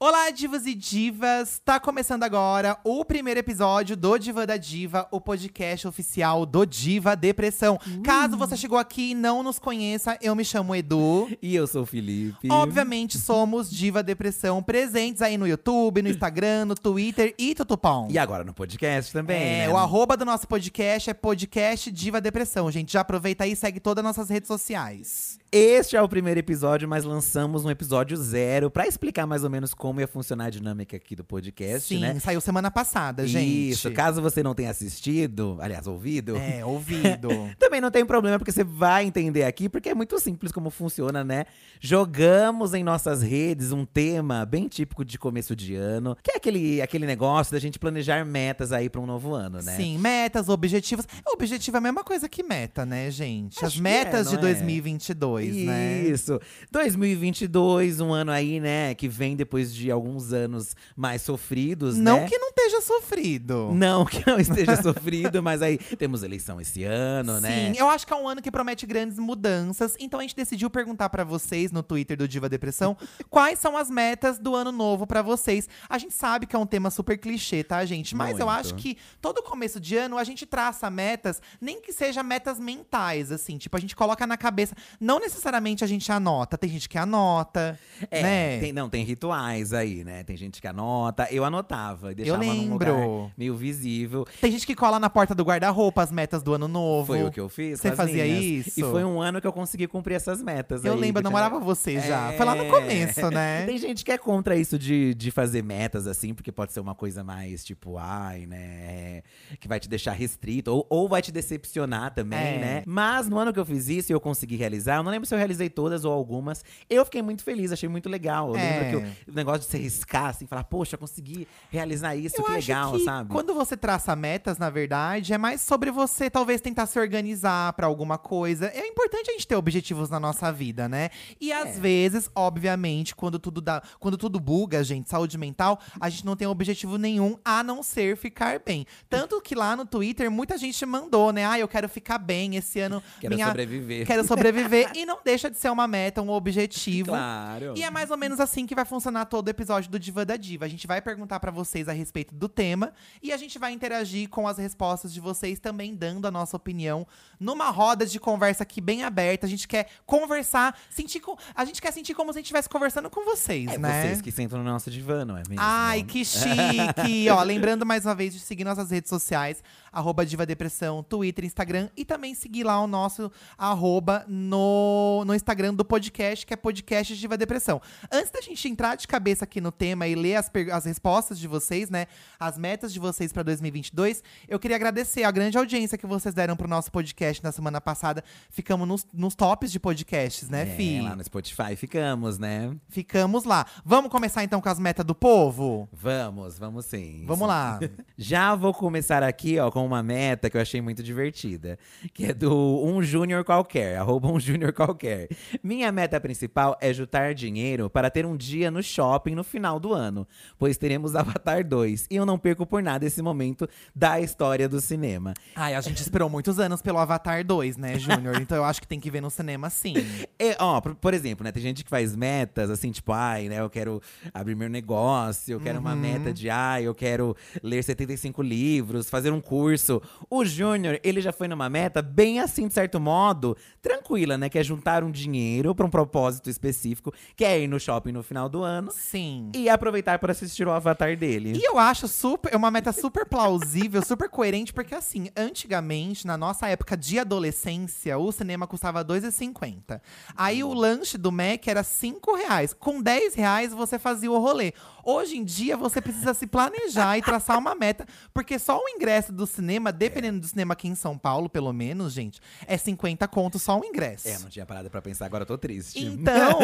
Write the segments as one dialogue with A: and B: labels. A: Olá, divas e divas! Tá começando agora o primeiro episódio do Diva da Diva, o podcast oficial do Diva Depressão.
B: Hum.
A: Caso você chegou aqui e não nos conheça, eu me chamo Edu.
B: E eu sou o Felipe.
A: Obviamente somos Diva Depressão, presentes aí no YouTube, no Instagram, no Twitter e Tutupom.
B: E agora no podcast também.
A: É,
B: né?
A: o arroba do nosso podcast é podcast Diva Depressão, gente. Já aproveita aí e segue todas as nossas redes sociais.
B: Este é o primeiro episódio, mas lançamos um episódio zero pra explicar mais ou menos como ia funcionar a dinâmica aqui do podcast,
A: Sim,
B: né?
A: saiu semana passada, gente.
B: Isso, caso você não tenha assistido, aliás, ouvido.
A: É, ouvido.
B: Também não tem problema, porque você vai entender aqui, porque é muito simples como funciona, né? Jogamos em nossas redes um tema bem típico de começo de ano, que é aquele, aquele negócio da gente planejar metas aí pra um novo ano, né?
A: Sim, metas, objetivos. O objetivo é a mesma coisa que meta, né, gente?
B: Acho
A: As
B: que é,
A: metas de
B: não é?
A: 2022, né?
B: Isso. 2022, um ano aí, né, que vem depois de alguns anos mais sofridos,
A: Não
B: né?
A: que não esteja sofrido.
B: Não que não esteja sofrido, mas aí temos eleição esse ano, né?
A: Sim, eu acho que é um ano que promete grandes mudanças. Então a gente decidiu perguntar pra vocês no Twitter do Diva Depressão quais são as metas do ano novo pra vocês. A gente sabe que é um tema super clichê, tá, gente? Mas eu
B: Muito.
A: acho que todo começo de ano a gente traça metas, nem que seja metas mentais, assim, tipo a gente coloca na cabeça. Não necessariamente a gente anota, tem gente que anota,
B: É,
A: né?
B: tem- não, tem rituais aí, né? Tem gente que anota. Eu anotava e deixava num
A: lembro.
B: lugar meio visível.
A: Tem gente que cola na porta do guarda-roupa as metas do ano novo.
B: Foi o que eu fiz.
A: Você
B: com as
A: fazia
B: minhas.
A: isso?
B: E foi um ano que eu consegui cumprir essas metas.
A: Eu
B: aí,
A: lembro, eu
B: que tinha-
A: namorava você já.
B: É.
A: Foi lá no começo, né?
B: Tem gente que é contra isso de, de fazer metas, assim, porque pode ser uma coisa mais tipo, ai, né? Que vai te deixar restrito, ou, ou vai te decepcionar também,
A: É.
B: né? Mas no ano que eu fiz isso e eu consegui realizar, eu não lembro se eu realizei todas ou algumas, eu fiquei muito feliz, achei muito legal. Eu
A: É.
B: lembro que o, o negócio de se riscar, assim, falar, poxa, consegui realizar isso,
A: Eu
B: que
A: acho
B: legal,
A: que
B: sabe?
A: Quando você traça metas, na verdade, é mais sobre você talvez tentar se organizar pra alguma coisa. É importante a gente ter objetivos na nossa vida, né? E
B: É.
A: às vezes, obviamente, quando tudo dá, quando tudo buga, gente, saúde mental, a gente não tem objetivo nenhum a não ser ficar bem. Tanto que lá no Twitter muita gente mandou, né? Ah, eu quero ficar bem esse ano,
B: Quero
A: minha
B: sobreviver.
A: quero sobreviver e não deixa de ser uma meta, um objetivo.
B: Claro.
A: E é mais ou menos assim que vai funcionar todo o episódio do Diva da Diva. A gente vai perguntar pra vocês a respeito do tema e a gente vai interagir com as respostas de vocês também dando a nossa opinião numa roda de conversa aqui bem aberta. A gente quer conversar, sentir com, a gente quer sentir como se a gente estivesse conversando com vocês,
B: É
A: né?
B: vocês que sentam no nosso divã, não é mesmo?
A: Ai, que chique! Ó, lembrando mais uma vez de seguir nossas redes sociais, arroba Diva Depressão, Twitter, Instagram. E também seguir lá o nosso arroba no, no Instagram do podcast, que é podcast Diva Depressão. Antes da gente entrar de cabeça aqui no tema e ler as, per- as respostas de vocês, né? As metas de vocês pra 2022, eu queria agradecer a grande audiência que vocês deram pro nosso podcast na semana passada. Ficamos nos, nos tops de podcasts, né,
B: É,
A: Fih?
B: lá no Spotify ficamos, né?
A: Ficamos lá. Vamos começar então com as metas do povo?
B: Vamos, vamos sim.
A: Vamos lá.
B: Já vou começar aqui, ó, com uma meta que eu achei muito divertida. Que é do um júnior qualquer, arroba um júnior qualquer. Minha meta principal é juntar dinheiro para ter um dia no shopping no final do ano. Pois teremos Avatar 2. E eu não perco por nada esse momento da história do cinema.
A: Ai, a gente esperou muitos anos pelo Avatar 2, né, Júnior? Então eu acho que tem que ver no cinema sim.
B: É, ó, por, por exemplo, né, tem gente que faz metas assim, tipo, ai, né, eu quero abrir meu negócio, eu quero uma meta de, ai, eu quero ler 75 livros, fazer um curso. O Júnior, ele já foi numa meta bem assim, de certo modo, tranquila, né, que é juntar um dinheiro pra um propósito específico, que é ir no shopping no final do ano
A: Sim.
B: e aproveitar para assistir o avatar dele.
A: E eu acho super, é uma meta super plausível, super coerente, porque assim, antigamente, na nossa época de adolescência, o cinema custava R$2,50. Aí o lanche do Mac era R$5,00. reais. Com R$10,00 reais você fazia o rolê. Hoje em dia você precisa se planejar e traçar uma meta, porque só o ingresso do cinema, dependendo do cinema aqui em São Paulo, pelo menos, gente, é 50 conto só o ingresso.
B: É, não tinha parado pra pensar, agora eu tô triste.
A: Então,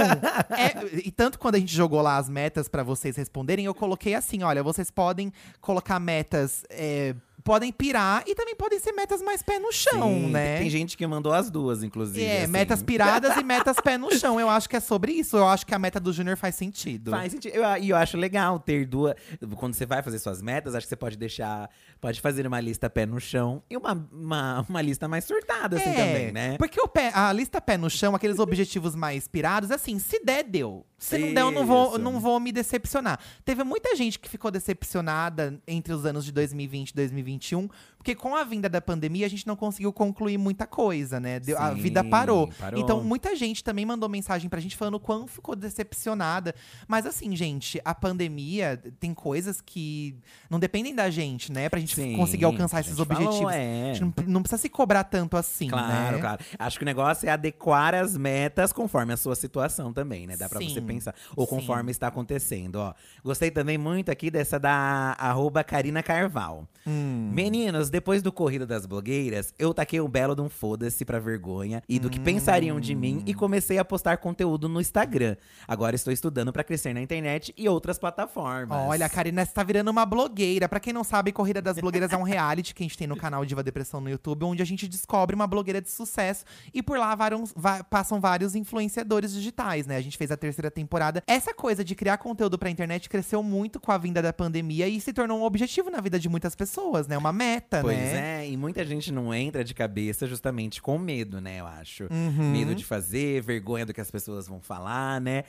A: é, e tanto quando a gente jogou lá as metas pra vocês responderem, eu coloquei assim: olha, vocês podem colocar metas. é, podem pirar e também podem ser metas mais pé no chão,
B: Sim,
A: né?
B: Tem gente que mandou as duas, inclusive.
A: é,
B: assim.
A: metas piradas e metas pé no chão. Eu acho que é sobre isso. Eu acho que a meta do Júnior faz sentido.
B: Faz sentido. Eu- E eu, acho legal ter duas. Quando você vai fazer suas metas, acho que você pode deixar. Pode fazer uma lista pé no chão e uma, uma, uma lista mais surtada, assim,
A: É,
B: também, né?
A: Porque o pé, a lista pé no chão, aqueles objetivos mais pirados, assim, se der, deu. Se não der, eu não vou, eu
B: Isso.
A: não vou me decepcionar. Teve muita gente que ficou decepcionada entre os anos de 2020 e 2021, porque com a vinda da pandemia a gente não conseguiu concluir muita coisa, né? Deu- a
B: Sim,
A: vida parou.
B: parou.
A: Então, muita gente também mandou mensagem pra gente falando o quão ficou decepcionada. Mas assim, gente, a pandemia tem coisas que não dependem da gente, né? Pra gente
B: Sim,
A: conseguir alcançar
B: a
A: esses
B: gente
A: objetivos.
B: falou, é.
A: A gente não, não precisa se cobrar tanto assim,
B: Claro,
A: né?
B: claro. Acho que o negócio é adequar as metas conforme a sua situação também, né? Dá pra você
A: Sim,
B: pensar. Ou
A: sim.
B: conforme está acontecendo, ó. Gostei também muito aqui dessa da arroba Karina Carval.
A: Hum.
B: Meninos, depois do Corrida das Blogueiras, eu taquei o belo de um foda-se pra vergonha e do que pensariam de mim
A: Hum.
B: e comecei a postar conteúdo no Instagram. Agora estou estudando pra crescer na internet e outras plataformas.
A: Olha, a Karina, você tá virando uma blogueira. Pra quem não sabe, Corrida das Blogueiras é um reality que a gente tem no canal Diva Depressão no YouTube, onde a gente descobre uma blogueira de sucesso. E por lá varam- va- passam vários influenciadores digitais, né? A gente fez a terceira temporada. Essa coisa de criar conteúdo pra internet cresceu muito com a vinda da pandemia e se tornou um objetivo na vida de muitas pessoas, né? Uma meta,
B: Pois
A: né?
B: é, e muita gente não entra de cabeça justamente com medo, né, eu acho.
A: Uhum.
B: Medo de fazer, vergonha do que as pessoas vão falar, né?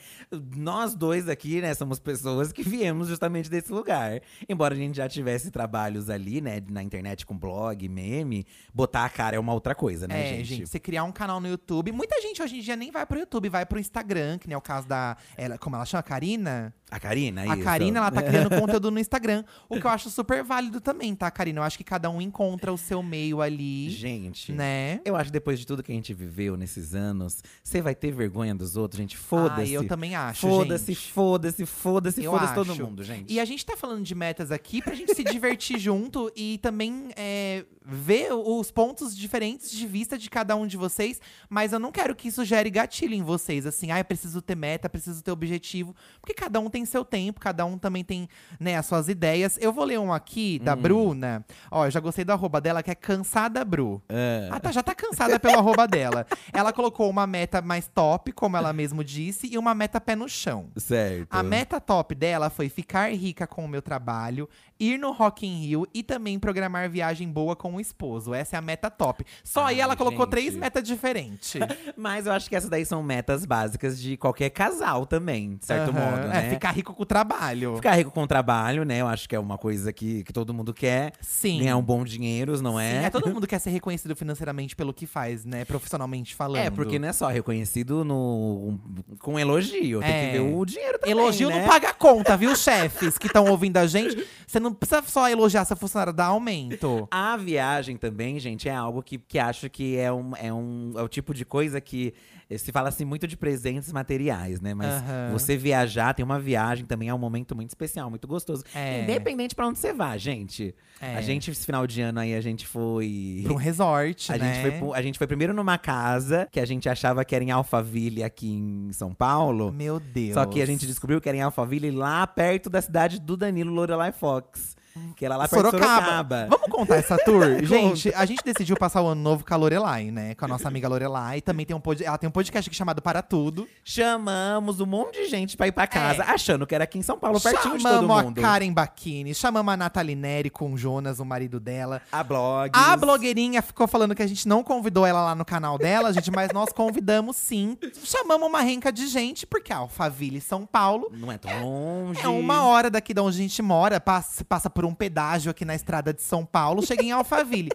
B: Nós dois aqui, né, somos pessoas que viemos justamente desse lugar. Embora a gente já tivesse trabalhos ali, né, na internet com blog, meme, botar a cara é uma outra coisa, né,
A: É,
B: gente?
A: gente? você criar um canal no YouTube. Muita gente hoje em dia nem vai pro YouTube, vai pro Instagram, que nem é o caso da. Ela, como ela chama? Karina?
B: A Karina,
A: A
B: É isso.
A: Karina, ela tá criando conteúdo no Instagram, o que eu acho super válido também, tá, Karina? Eu acho que cada um encontra o seu meio ali,
B: Gente.
A: né?
B: Eu acho que depois de tudo que a gente viveu nesses anos, você vai ter vergonha dos outros, gente.
A: Ah,
B: Foda-se.
A: eu também acho,
B: Foda-se,
A: gente.
B: foda-se, foda-se,
A: Eu
B: foda-se todo
A: acho.
B: mundo, gente.
A: E a gente tá falando de metas aqui pra gente se divertir junto e também é, ver os pontos diferentes de vista de cada um de vocês. Mas eu não quero que isso gere gatilho em vocês, assim, ah, eu preciso ter meta, preciso ter objetivo. Porque cada um tem seu tempo, cada um também tem né, as suas ideias. Eu vou ler um aqui da Bruna. Ó, eu já gostei do arroba dela, que é Cansada Bru.
B: É.
A: Ah, tá, já tá cansada pelo arroba dela. Ela colocou uma meta mais top, como ela mesmo disse, e uma meta pé no chão.
B: Certo.
A: A meta top dela foi ficar rica com o meu trabalho, ir no Rock in Rio e também programar viagem boa com o esposo. Essa é a meta top. Só aí
B: Ai,
A: ela colocou
B: gente.
A: três metas diferentes.
B: Mas eu acho que essas daí são metas básicas de qualquer casal também, de certo
A: Aham.
B: modo, né?
A: É, ficar rico com o trabalho.
B: Ficar rico com o trabalho, né? Eu acho que é uma coisa que, que todo mundo quer.
A: Sim.
B: Ganhar um bom dinheiro, não
A: Sim,
B: é?
A: é, todo mundo quer ser reconhecido financeiramente pelo que faz, né? Profissionalmente falando.
B: É, porque não é só reconhecido no, com elogio. Tem
A: É.
B: que ver o dinheiro também,
A: Elogio
B: né?
A: não paga conta, viu, chefes que estão ouvindo a gente? Você não precisa só elogiar seu funcionário, dá aumento.
B: A viagem também, gente, é algo que, que acho que é um, é um é o tipo de coisa que eh, se fala assim muito de presentes materiais, né? Mas
A: Aham.
B: você viajar, tem uma viagem também é um momento muito especial, muito gostoso.
A: É.
B: Independente pra onde você vá, gente.
A: É.
B: A gente esse final de ano aí a gente foi
A: Pra um resort,
B: a
A: né?
B: gente, foi, pro- a gente foi primeiro numa casa que a gente achava que era em Alphaville aqui em São Paulo.
A: Meu Deus.
B: Só que a gente descobriu que era em Alphaville, lá perto da cidade do Danilo Lorelai Fox. Que era lá perto de Sorocaba.
A: Vamos contar essa tour? gente, a gente decidiu passar o ano novo com a Lorelai, né? Com a nossa amiga Lorelai. Também tem um pod... Ela tem um podcast aqui chamado Para Tudo.
B: Chamamos um monte de gente pra ir pra casa, achando que era aqui em São Paulo, pertinho
A: É. chamamos
B: de todo mundo.
A: a Karen Bacchini, chamamos a Nathalie Neri com o Jonas, o marido dela.
B: A blog.
A: A blogueirinha ficou falando que a gente não convidou ela lá no canal dela, gente, mas nós convidamos sim. Chamamos uma renca de gente, porque a Alphaville São Paulo
B: Não é tão longe.
A: É uma hora daqui de onde a gente mora, passa, passa por um pedágio aqui na estrada de São Paulo, chega em Alphaville.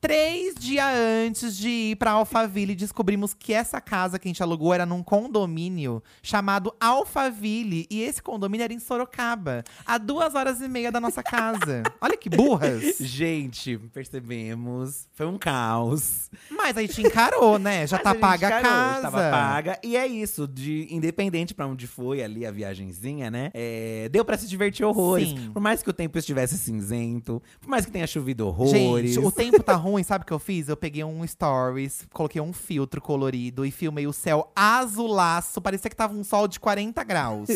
A: Três dias antes de ir pra Alphaville, descobrimos que essa casa que a gente alugou era num condomínio chamado Alphaville. E esse condomínio era em Sorocaba, a duas horas e meia da nossa casa. Olha que burras!
B: Gente, percebemos. Foi um caos.
A: Mas a gente encarou, né? Já
B: Mas
A: tá
B: gente
A: paga a
B: encarou,
A: casa.
B: Tava paga. E é isso, de independente pra onde foi ali a viagenzinha, né? é, deu pra se divertir horrores.
A: Sim.
B: Por mais que o tempo estivesse cinzento, por mais que tenha chovido horrores.
A: Gente, o tempo tá ruim, sabe o que eu fiz? Eu peguei um stories, coloquei um filtro colorido e filmei o céu azulaço. Parecia que tava um sol de 40 graus.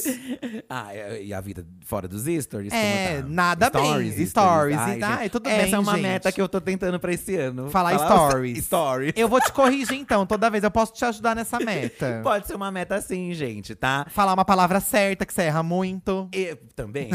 B: Ah, e e a vida fora dos stories?
A: É,
B: como tá?
A: nada bem. Stories,
B: Ai,
A: e- ai,
B: gente,
A: tudo
B: Essa
A: bem,
B: é uma
A: gente.
B: meta que eu tô tentando pra esse ano.
A: Falar stories.
B: Stories.
A: eu vou te corrigir então, toda vez eu posso te ajudar nessa meta.
B: Pode ser uma meta assim, gente, tá?
A: Falar uma palavra certa que você erra muito.
B: E- também.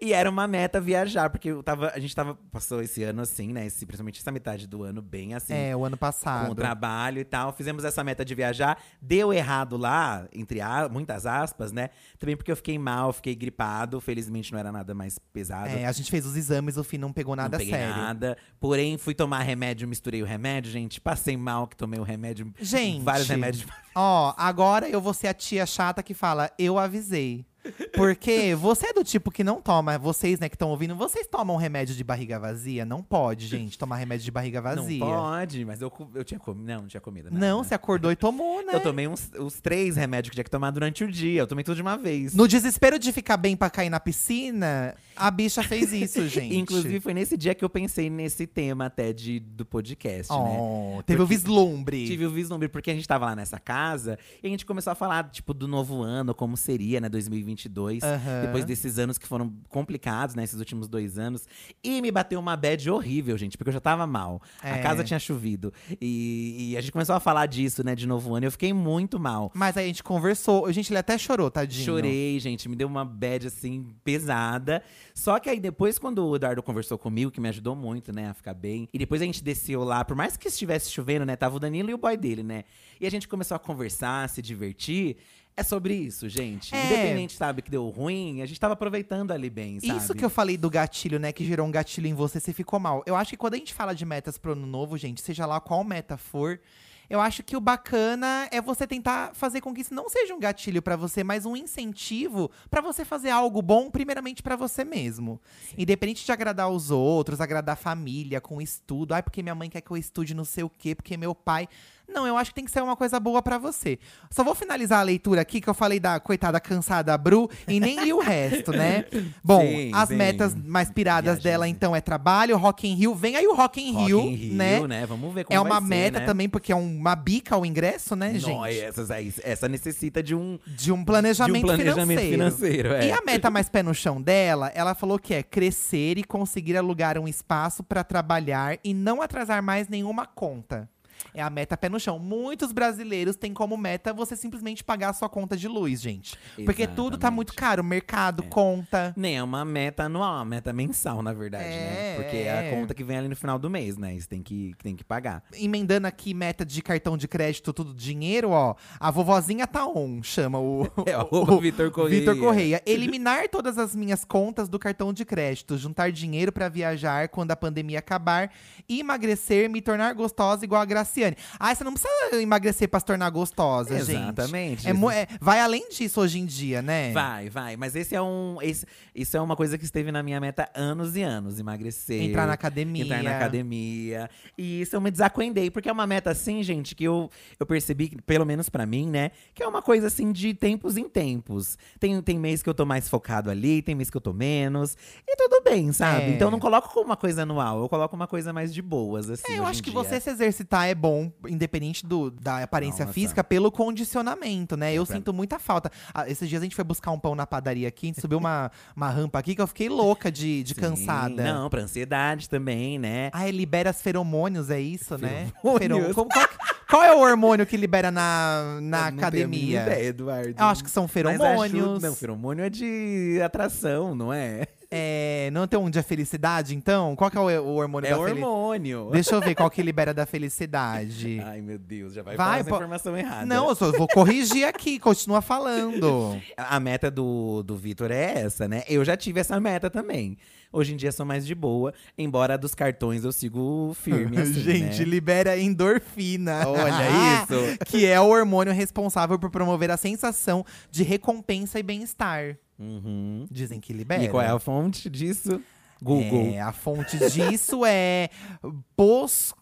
B: e era uma meta viajar, porque eu tava, a gente tava, passou esse ano assim, né? esse- principalmente essa metade do ano bem assim.
A: É, o ano passado.
B: Com o trabalho e tal. Fizemos essa meta de viajar. Deu errado lá, entre a- muitas aspas, né? Também porque eu fiquei mal, fiquei gripado. Felizmente não era nada mais pesado.
A: É, a gente fez os exames, o fim não pegou nada
B: não peguei
A: sério.
B: nada. Porém, fui tomar remédio, misturei o remédio, gente. Passei mal que tomei o remédio.
A: Gente.
B: Vários remédios.
A: Ó, agora eu vou ser a tia chata que fala, eu avisei. Porque você é do tipo que não toma, vocês, né, que estão ouvindo, vocês tomam remédio de barriga vazia? Não pode, gente, tomar remédio de barriga vazia.
B: Não pode, mas eu, co- eu tinha comido. Não, é não tinha comida. nada.
A: Não, você acordou e tomou, né?
B: Eu tomei uns, os três remédios que tinha que tomar durante o dia. Eu tomei tudo de uma vez.
A: No desespero de ficar bem pra cair na piscina, a bicha fez isso, gente.
B: Inclusive, né? foi nesse dia que eu pensei nesse tema até de, do podcast, né?
A: Ó, teve o
B: Porque
A: vislumbre.
B: Tive o vislumbre, porque a gente tava lá nessa casa e a gente começou a falar, tipo, do novo ano, como seria, né, 2022.
A: Aham.
B: Depois desses anos que foram complicados, né, esses últimos dois anos. E me bateu uma bad horrível, gente, porque eu já tava mal.
A: É.
B: A casa tinha chovido. E, e a gente começou a falar disso, né, de novo ano. E eu fiquei muito mal.
A: Mas aí a gente conversou. Gente, ele até chorou, tadinho.
B: Chorei, gente. Me deu uma bad, assim, pesada. Só que aí depois, quando o Eduardo conversou comigo, que me ajudou muito, né, a ficar bem. E depois a gente desceu lá, por mais que estivesse chovendo, né, tava o Danilo e o boy dele, né. E a gente começou a conversar, se divertir. É sobre isso, gente.
A: É.
B: Independente, sabe, que deu ruim, a gente tava aproveitando ali bem, sabe?
A: Isso que é eu falei do gatilho, né? Que gerou um gatilho em você, você ficou mal. Eu acho que quando a gente fala de metas pro ano novo, gente, seja lá qual meta for, eu acho que o bacana é você tentar fazer com que isso não seja um gatilho pra você, mas um incentivo pra você fazer algo bom, primeiramente pra você mesmo. Independente de agradar os outros, agradar a família com estudo. Ai, porque minha mãe quer que eu estude não sei o quê, porque meu pai. Não, eu acho que tem que ser uma coisa boa pra você. Só vou finalizar a leitura aqui, que eu falei da coitada cansada Bru e nem li o resto, né? Bom,
B: Sim,
A: as
B: sim.
A: metas mais piradas
B: Viagens,
A: dela,
B: né?
A: então, é trabalho, Rock in Rio. Vem aí o Rock in,
B: Rock
A: Rio,
B: in Rio,
A: né?
B: Vamos ver como
A: É
B: vai
A: uma
B: ser,
A: meta
B: né?
A: também, porque é uma bica o ingresso, né,
B: Nó,
A: gente?
B: essas aí- essa necessita de um,
A: De um
B: de um
A: planejamento,
B: planejamento
A: financeiro.
B: financeiro. é.
A: E a meta mais pé no chão dela, ela falou que é crescer e conseguir alugar um espaço pra trabalhar e não atrasar mais nenhuma conta. É a meta pé no chão. Muitos brasileiros têm como meta você simplesmente pagar a sua conta de luz, gente. Porque tudo tá
B: Exatamente.
A: muito caro, mercado, conta.
B: Nem é uma meta anual, é uma meta mensal, na verdade,
A: É,
B: né? Porque
A: é.
B: é a conta que vem ali no final do mês, né? Isso tem que, que tem que pagar.
A: Emendando aqui meta de cartão de crédito, tudo dinheiro, ó. A vovozinha tá on, chama o,
B: É o Vitor Correia.
A: Vitor Correia. Eliminar todas as minhas contas do cartão de crédito, juntar dinheiro pra viajar quando a pandemia acabar, emagrecer, me tornar gostosa igual a Graciane. Ah, você não precisa emagrecer pra se tornar gostosa, gente.
B: Exatamente.
A: É, mo- é- vai além disso hoje em dia, né?
B: Vai, vai. Mas esse é um. Esse, isso é uma coisa que esteve na minha meta anos e anos. Emagrecer.
A: Entrar na academia.
B: Entrar na academia. E isso eu me desacuendei, porque é uma meta assim, gente, que eu, eu percebi, que, pelo menos pra mim, né? Que é uma coisa assim de tempos em tempos. Tem, tem mês que eu tô mais focado ali, tem mês que eu tô menos. E tudo bem, sabe?
A: É.
B: Então eu não coloco como uma coisa anual, eu coloco uma coisa mais de boas, assim.
A: É, eu
B: hoje
A: acho
B: em
A: que
B: dia.
A: você se exercitar é bom, independente do, da aparência
B: Nossa. É
A: física, pelo condicionamento, né? Eu
B: pra-
A: sinto muita falta. Ah, esses dias a gente foi buscar um pão na padaria aqui, a gente subiu uma, uma rampa aqui que eu fiquei louca de, de é
B: Sim,
A: cansada.
B: Não, pra ansiedade também, né?
A: Ah, é, libera as feromônios, é isso, né?
B: Feromônios.
A: Fero- como- qual, que- qual é o hormônio que libera na,
B: Eu
A: na
B: não tenho a mínima
A: academia?
B: ideia, Eduardo.
A: Eu acho que são
B: Mas
A: feromônios.
B: ajuda- Não, feromônio é de atração, não é?
A: É, não tem um de felicidade, então? Qual que é o, o hormônio
B: É
A: da felicidade?
B: hormônio.
A: Deixa eu ver qual que libera da felicidade.
B: Ai, meu Deus, já vai,
A: Vai,
B: falar essa
A: pô.
B: informação errada.
A: Não, eu só vou corrigir aqui, continua falando.
B: A meta do, do Vitor é essa, né? Eu já tive essa meta também. Hoje em dia sou mais de boa, embora dos cartões eu sigo firme. assim,
A: Gente,
B: né?
A: libera endorfina.
B: Olha isso.
A: que é o hormônio responsável por promover a sensação de recompensa e bem-estar.
B: Uhum.
A: Dizem que libera.
B: E qual é a fonte disso? Google.
A: É, a fonte disso é pos...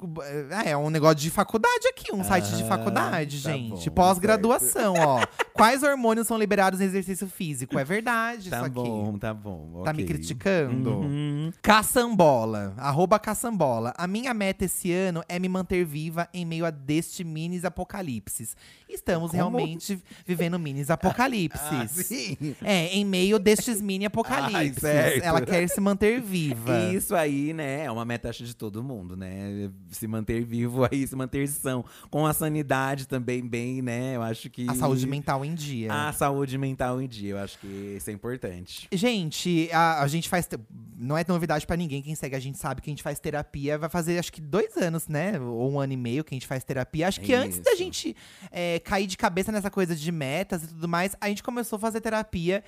A: É um negócio de faculdade aqui, um site de
B: Ah,
A: faculdade,
B: tá
A: gente.
B: bom,
A: Pós-graduação, ó. Quais hormônios são liberados no exercício físico? É verdade
B: tá
A: isso aqui.
B: bom, tá bom.
A: Tá me
B: ok.
A: criticando?
B: Uhum.
A: Caçambola, arroba caçambola. A minha meta esse ano é me manter viva em meio a deste minis apocalipses. Estamos
B: Como?
A: realmente vivendo minis apocalipses.
B: Ah, sim.
A: É, em meio destes mini apocalipses.
B: Ai, certo.
A: Ela quer se manter viva.
B: E Isso aí, né, é uma meta acho, de todo mundo, né? Se manter vivo aí, se manter são. Com a sanidade também bem, né? Eu acho que…
A: A saúde mental em dia.
B: Ah.
A: né?
B: A saúde mental em dia, eu acho que isso é importante.
A: Gente, a, a gente faz. te- não é novidade pra ninguém. Quem segue a gente sabe que a gente faz terapia. Vai fazer acho que dois anos, né? Ou um ano e meio que a gente faz terapia. Acho
B: É
A: que antes da
B: isso.
A: gente é, cair de cabeça nessa coisa de metas e tudo mais, a gente começou a fazer terapia.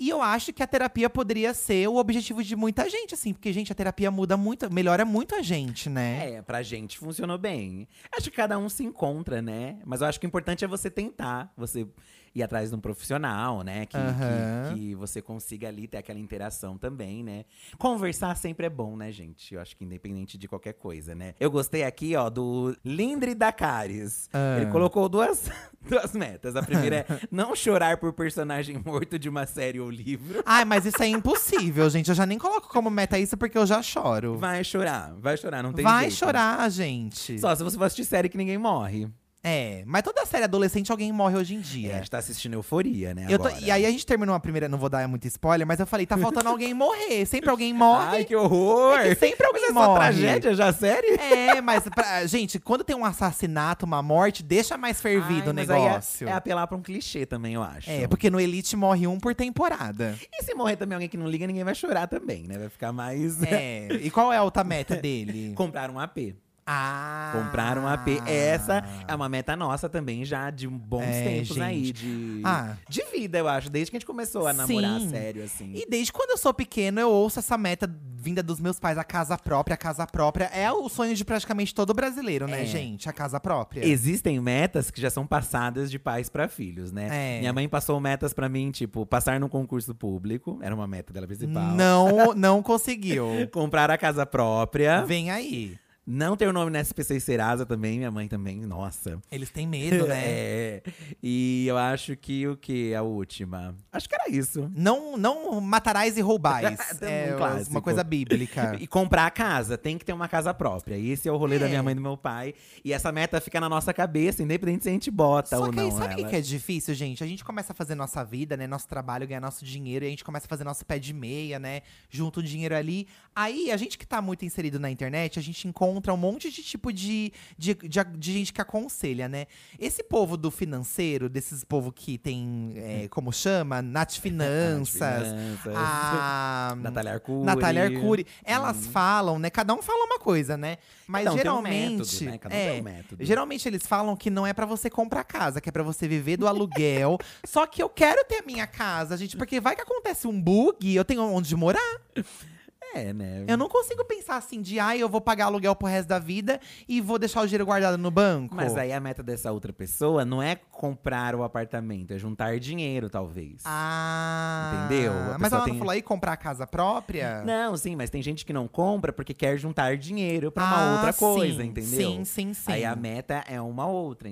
A: E eu acho que a terapia poderia ser o objetivo de muita gente, assim, porque, gente, a terapia muda muito, melhora muito a gente, né?
B: É, pra gente funcionou bem. Acho que cada um se encontra, né? Mas eu acho que o importante é você tentar, você ir atrás de um profissional, né? Que, que-
A: Aham.
B: que você consiga ali ter aquela interação também, né? Conversar sempre é bom, né, gente? Eu acho que independente de qualquer coisa, né? Eu gostei aqui, ó, do Lindre Dakares.
A: Ah.
B: Ele colocou duas, duas metas. A primeira é não chorar por personagem morto de uma série ou livro.
A: Ai, mas isso é impossível, gente. Eu já nem coloco como meta isso porque eu já choro.
B: Vai chorar, vai chorar, não tem
A: Vai
B: jeito. né?
A: chorar, gente.
B: Só se você for assistir série que ninguém morre.
A: É, mas toda série adolescente alguém morre hoje em
B: É, a
A: dia.
B: gente tá assistindo Euforia, né?
A: Eu tô-
B: agora.
A: e aí a gente terminou a primeira, não vou dar muito spoiler, mas eu falei, tá faltando alguém morrer. Sempre alguém morre.
B: Ai, que horror!
A: É que sempre alguém
B: Mas é só
A: morre.
B: tragédia já, sério?
A: É, mas, pra- gente, quando tem um assassinato, uma morte, deixa mais fervido
B: Ai,
A: o
B: mas aí é-
A: negócio.
B: É, apelar pra um clichê também, eu acho.
A: É, porque no Elite morre um por temporada.
B: E se morrer também alguém que não liga, ninguém vai chorar também, né? Vai ficar mais…
A: É. E qual é a outra meta dele?
B: Comprar um AP.
A: Ah!
B: Comprar um AP. Essa é uma meta nossa também, já de bons
A: É,
B: tempos
A: gente.
B: aí. De,
A: Ah.
B: de vida, eu acho. Desde que a gente começou a namorar
A: Sim.
B: sério, assim.
A: E desde quando eu sou pequeno, eu ouço essa meta vinda dos meus pais, a casa própria, a casa própria. É o sonho de praticamente todo brasileiro, né,
B: É.
A: gente? A casa própria.
B: Existem metas que já são passadas de pais pra filhos,
A: É.
B: né? Minha mãe passou metas pra mim, tipo, passar num concurso público, era uma meta dela
A: é
B: principal.
A: Não, não conseguiu.
B: Comprar a casa própria.
A: Vem aí.
B: Não ter o nome na SPC e Serasa também, minha mãe também, nossa.
A: Eles têm medo, né?
B: É. E eu acho que o que? A última. Acho que era isso.
A: Não, não matarás e roubais.
B: Também um
A: é
B: clássico.
A: uma coisa bíblica.
B: E comprar a casa, tem que ter uma casa própria. E Esse é o rolê da
A: É.
B: minha mãe e do meu pai. E essa meta fica na nossa cabeça, independente se a gente bota
A: Só
B: ou
A: que
B: não. né?
A: aí, sabe o que
B: ela.
A: que é difícil, gente? A gente começa a fazer nossa vida, né? Nosso trabalho, ganhar nosso dinheiro. E a gente começa a fazer nosso pé de meia, né? Junta o dinheiro ali. Aí, a gente que tá muito inserido na internet, a gente encontra um monte de tipo de, de, de, de gente que aconselha, né? Esse povo do financeiro, desses povo que tem, é, como chama? Nat Finanças.
B: Hum. Finanças.
A: a…
B: Ah, Natália Arcuri.
A: Ah, Natália Arcuri. Elas falam, né? Cada um fala uma coisa, né? Mas
B: Uhum. Cada um tem um
A: geralmente.
B: método, né? Cada um
A: é,
B: tem um método.
A: Geralmente eles falam que não é pra você comprar casa, que é pra você viver do aluguel. Só que eu quero ter a minha casa, gente, porque vai que acontece um bug, eu tenho onde morar.
B: É, né?
A: Eu não consigo pensar assim de, ai, eu vou pagar aluguel pro resto da vida e vou deixar o dinheiro guardado no banco.
B: Mas aí a meta dessa outra pessoa não é comprar o apartamento, é juntar dinheiro, talvez.
A: Ah.
B: Entendeu? A
A: Mas ela
B: pessoa
A: não
B: tem-
A: falou aí comprar casa própria?
B: Não, sim, mas tem gente que não compra porque quer juntar dinheiro pra
A: Ah,
B: uma outra coisa,
A: sim,
B: entendeu?
A: Sim, sim, sim.
B: Aí a meta é uma outra.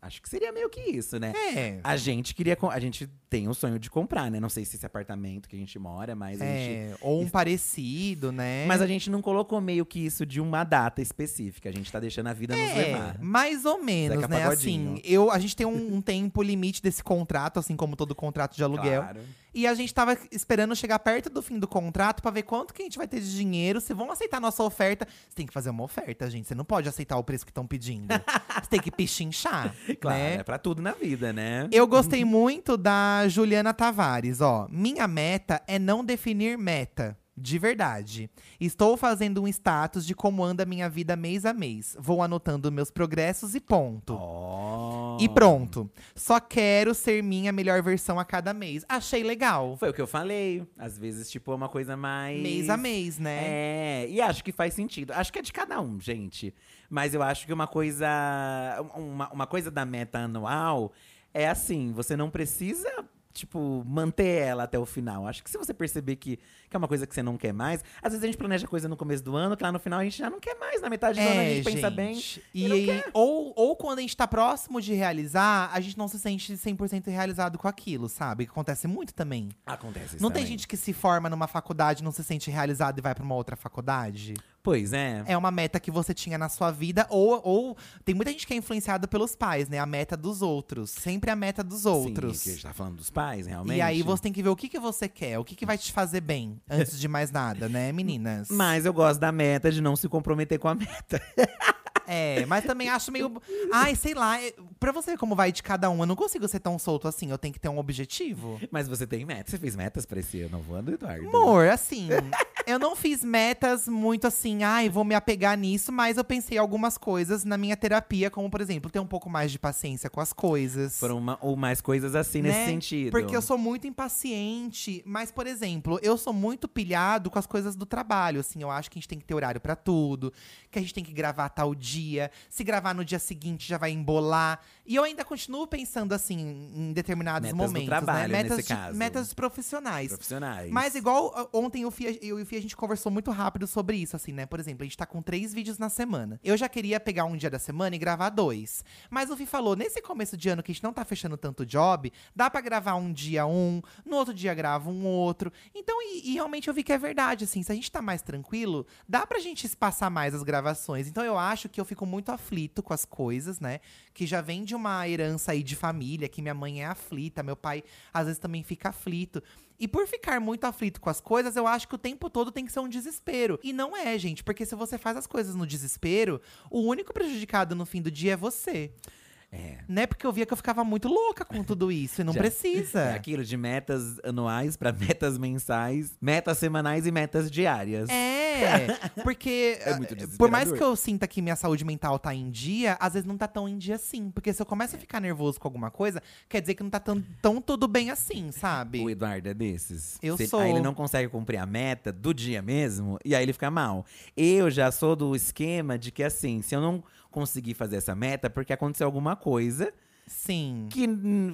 B: Acho que seria meio que isso, né?
A: É.
B: A gente queria. co- A gente tem o sonho de comprar, né? Não sei se esse apartamento que a gente mora, mas a gente.
A: É, ou um parecido, né?
B: Mas a gente não colocou meio que isso de uma data específica. A gente tá deixando a vida nos
A: É,
B: levar.
A: mais ou menos,
B: Zeca
A: né?
B: Pagodinho.
A: Assim, eu, a gente tem um, um tempo limite desse contrato, assim como todo contrato de aluguel.
B: Claro.
A: E a gente tava esperando chegar perto do fim do contrato pra ver quanto que a gente vai ter de dinheiro, se vão aceitar a nossa oferta. Você tem que fazer uma oferta, gente. Você não pode aceitar o preço que estão pedindo. Você tem que pichinchar,
B: Claro,
A: né?
B: é pra tudo na vida, né?
A: Eu gostei muito da Juliana Tavares, ó. Minha meta é não definir meta. De verdade. Estou fazendo um status de como anda minha vida mês a mês. Vou anotando meus progressos e ponto.
B: Ó.
A: E pronto. Só quero ser minha melhor versão a cada mês. Achei legal.
B: Foi o que eu falei. Às vezes, tipo, é uma coisa mais.
A: Mês a mês, né?
B: É, e acho que faz sentido. Acho que é de cada um, gente. Mas eu acho que uma coisa. Uma, uma coisa da meta anual é assim: você não precisa. Tipo, manter ela até o final. Acho que se você perceber que, que é uma coisa que você não quer mais, às vezes a gente planeja coisa no começo do ano, que lá no final a gente já não quer mais. Na metade do ano a É, gente, pensa bem.
A: É, E,
B: e não
A: aí- ou, ou quando a gente tá próximo de realizar, a gente não se sente 100% realizado com aquilo, sabe? Que Acontece muito também.
B: Acontece isso
A: Não tem
B: também.
A: gente que se forma numa faculdade, não se sente realizado e vai pra uma outra faculdade?
B: Pois é.
A: É uma meta que você tinha na sua vida, ou, ou tem muita gente que é influenciada pelos pais, né? A meta dos outros. Sempre a meta dos outros.
B: Sim, que a gente tá falando dos pais, realmente.
A: e aí você tem que ver o que, que você quer, o que, que vai te fazer bem, antes de mais nada, né, meninas?
B: Mas eu gosto da meta de não se comprometer com a meta.
A: É, mas também acho meio. Ai, sei lá, é- pra você ver como vai de cada um, eu não consigo ser tão solto assim, eu tenho que ter um objetivo.
B: Mas você tem meta. Você fez metas pra esse novo ano, Eduardo?
A: Amor, assim. eu não fiz metas muito assim, ai, vou me apegar nisso, mas eu pensei algumas coisas na minha terapia, como, por exemplo, ter um pouco mais de paciência com as coisas.
B: Foram uma- ou mais coisas assim
A: né?
B: nesse sentido.
A: Porque eu sou muito impaciente, mas, por exemplo, eu sou muito pilhado com as coisas do trabalho. Assim, eu acho que a gente tem que ter horário pra tudo, que a gente tem que gravar tal dia. Se gravar no dia seguinte, já vai embolar. E eu ainda continuo pensando, assim, em determinados
B: Metas do
A: momentos.
B: trabalho,
A: né? metas,
B: nesse
A: de-
B: caso.
A: metas profissionais.
B: Profissionais.
A: Mas igual ah, ontem o Fia, eu e o Fia, a gente conversou muito rápido sobre isso, assim, né? Por exemplo, a gente tá com três vídeos na semana. Eu já queria pegar um dia da semana e gravar dois. Mas o Fia falou, nesse começo de ano que a gente não tá fechando tanto job, dá pra gravar um dia um, no outro dia grava um outro. Então, e, e realmente eu vi que é verdade, assim, se a gente tá mais tranquilo, dá pra gente espaçar mais as gravações. Então eu acho que eu fico muito aflito com as coisas, né? Que já vem de uma herança aí de família, que minha mãe é aflita, meu pai às vezes também fica aflito. E por ficar muito aflito com as coisas, eu acho que o tempo todo tem que ser um desespero. E não é, gente, porque se você faz as coisas no desespero, o único prejudicado no fim do dia é você.
B: É.
A: Né? Porque eu via que eu ficava muito louca com tudo isso e não
B: Já-
A: precisa.
B: É aquilo de metas anuais pra metas mensais, metas semanais e metas diárias.
A: É, porque
B: É muito
A: ah, por mais
B: desesperador.
A: que eu sinta que minha saúde mental tá em dia, às vezes não tá tão em dia assim. Porque se eu começo
B: É.
A: a ficar nervoso com alguma coisa, quer dizer que não tá tão, tão tudo bem assim,
B: O
A: sabe?
B: Eduardo é desses.
A: Eu
B: Se-
A: sou.
B: Aí ele não consegue cumprir a meta do dia mesmo, e aí ele fica mal. Eu já sou do esquema de que, assim, se eu não conseguir fazer essa meta, porque aconteceu alguma coisa
A: Sim.
B: que,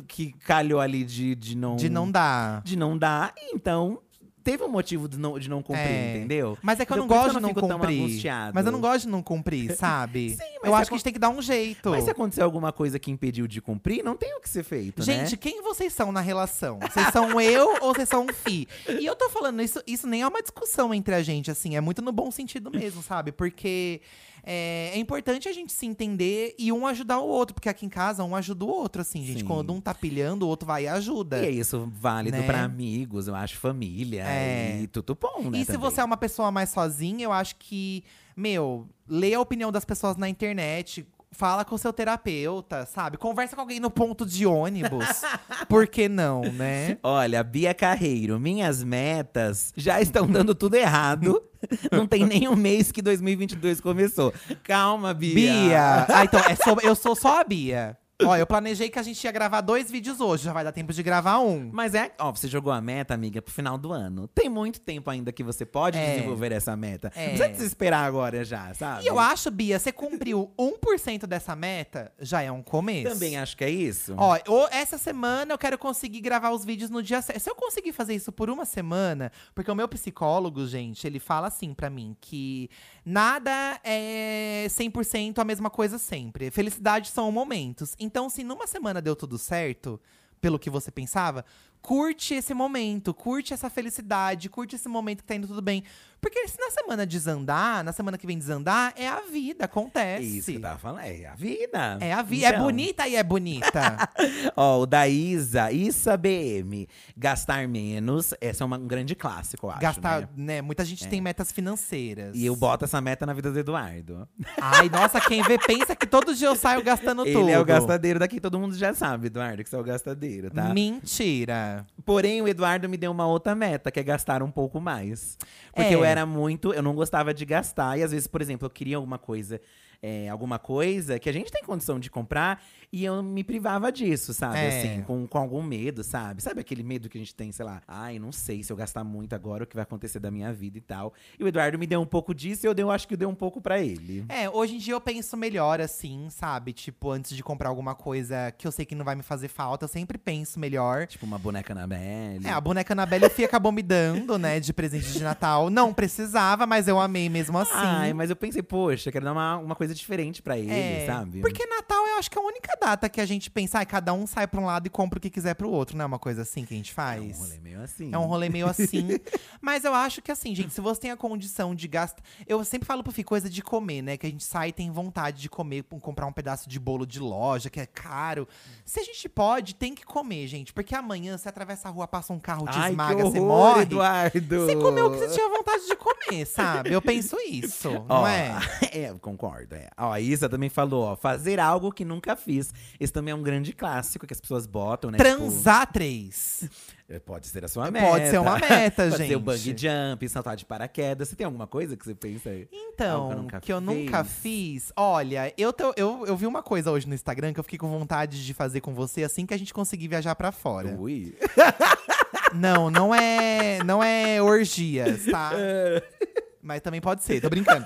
B: que calhou ali de, de não.
A: De não dar.
B: de não dar, então teve um motivo de não, de não cumprir,
A: É.
B: entendeu?
A: Mas é que eu,
B: Eu
A: não
B: por isso
A: gosto
B: eu
A: de
B: não
A: não
B: fico tão
A: cumprir.
B: angustiado.
A: Mas eu não gosto de não cumprir, sabe?
B: Sim, mas
A: eu
B: se
A: acho que a gente tem que dar um jeito.
B: Mas é se acontecer alguma coisa que impediu de cumprir, não tem o que ser feito, né?
A: Gente, quem vocês são na relação? Vocês são eu ou vocês são o Fi? E eu tô falando isso, isso nem é uma discussão entre a gente, assim, é muito no bom sentido mesmo, sabe? Porque é, é importante a gente se entender e um ajudar o outro, porque aqui em casa um ajuda o outro, assim, gente.
B: Sim.
A: Quando um tá pilhando, o outro vai e ajuda.
B: E é isso válido
A: Né?
B: pra amigos, eu acho, família
A: É.
B: e tudo bom, né?
A: E se
B: também.
A: você é uma pessoa mais sozinha, eu acho que, meu, lê a opinião das pessoas na internet. Fala com o seu terapeuta, sabe? Conversa com alguém no ponto de ônibus. Por que não, né?
B: Olha, Bia Carreiro, minhas metas já estão dando tudo errado. Não tem nem um mês que 2022 começou. Calma, Bia.
A: Bia! Ah, então, é sobre- eu sou só a Bia. Ó, eu planejei que a gente ia gravar dois vídeos hoje, já vai dar tempo de gravar um.
B: Mas é, ó, você jogou a meta, amiga, pro final do ano. Tem muito tempo ainda que você pode
A: É.
B: desenvolver essa meta.
A: É.
B: Não precisa desesperar agora já, sabe?
A: E eu acho, Bia, você cumpriu 1% dessa meta, já é um começo.
B: Também acho que é isso.
A: Ó, o- essa semana eu quero conseguir gravar os vídeos no dia certo. Se eu conseguir fazer isso por uma semana, porque o meu psicólogo, gente, ele fala assim pra mim que nada é 100% a mesma coisa sempre. Felicidades são momentos. Então, se numa semana deu tudo certo, pelo que você pensava, curte esse momento, curte essa felicidade, curte esse momento que tá indo tudo bem. Porque se na semana desandar, na semana que vem desandar, é a vida,
B: é
A: acontece.
B: isso que eu tava falando. É a vida.
A: É a vida, é
B: Então.
A: bonita e é bonita.
B: Ó, o da Isa, Isa BM. Gastar menos. Essa é uma- um grande clássico, eu acho.
A: gastar,
B: né?
A: né? Muita gente tem metas financeiras.
B: E eu boto essa meta na vida do Eduardo.
A: Ai, nossa, quem vê pensa que todo dia eu saio gastando
B: Ele
A: tudo.
B: é o gastadeiro daqui, todo mundo já sabe, Eduardo, que você é o gastadeiro, tá?
A: Mentira.
B: Porém, o Eduardo me deu uma outra meta, que é gastar um pouco mais. Porque
A: É.
B: eu era muito, eu não gostava de gastar. E às vezes, por exemplo, eu queria alguma coisa, é, alguma coisa que a gente tem condição de comprar e eu me privava disso, sabe?
A: É.
B: Assim, com, com algum medo, sabe? Sabe aquele medo que a gente tem, sei lá, ai, não sei se eu gastar muito agora, o que vai acontecer da minha vida e tal. E o Eduardo me deu um pouco disso e eu dei, eu acho que eu dei um pouco pra ele.
A: É, hoje em dia eu penso melhor, assim, sabe? Tipo, antes de comprar alguma coisa que eu sei que não vai me fazer falta, eu sempre penso melhor.
B: Tipo, uma boneca na pele.
A: É, a boneca Anabelle Fia acabou me dando, né, de presente de Natal. Não precisava, mas eu amei mesmo assim.
B: Ai, mas eu pensei, poxa, eu quero dar uma, uma coisa diferente pra ele,
A: É,
B: sabe?
A: Porque Natal eu acho que é a única data que a gente pensa, ai, cada um sai pra um lado e compra o que quiser pro outro, não é uma coisa assim que a gente
B: É
A: faz?
B: um rolê meio assim.
A: É um rolê meio assim. Mas eu acho que assim, gente, se você tem a condição de gastar. Eu sempre falo pro Fih, coisa de comer, né? Que a gente sai e tem vontade de comer, pô, comprar um pedaço de bolo de loja, que é caro. Se a gente pode, tem que comer, gente. Porque amanhã você atravessa a rua, passa um carro, te
B: Ai,
A: esmaga,
B: que
A: você
B: horror,
A: morre.
B: Eduardo!
A: Você comeu o que você tinha vontade vontade de comer, sabe? Eu penso isso, não
B: Ó,
A: é?
B: É, eu concordo. É. Ó, a Isa também falou, ó, fazer algo que nunca fiz. Esse também é um grande clássico que as pessoas botam, né?
A: Transar três.
B: Tipo, pode ser a sua meta.
A: Pode ser uma meta,
B: Pode ser o
A: gente.
B: bungee jump, saltar de paraquedas. Você tem alguma coisa que você pensa aí?
A: Então,
B: Algo que eu nunca
A: que eu nunca fiz. Olha, eu, tô- eu, eu vi uma coisa hoje no Instagram que eu fiquei com vontade de fazer com você assim que a gente conseguir viajar pra fora.
B: Ui.
A: Não, não é, não é orgias, tá? Mas também pode ser, tô brincando.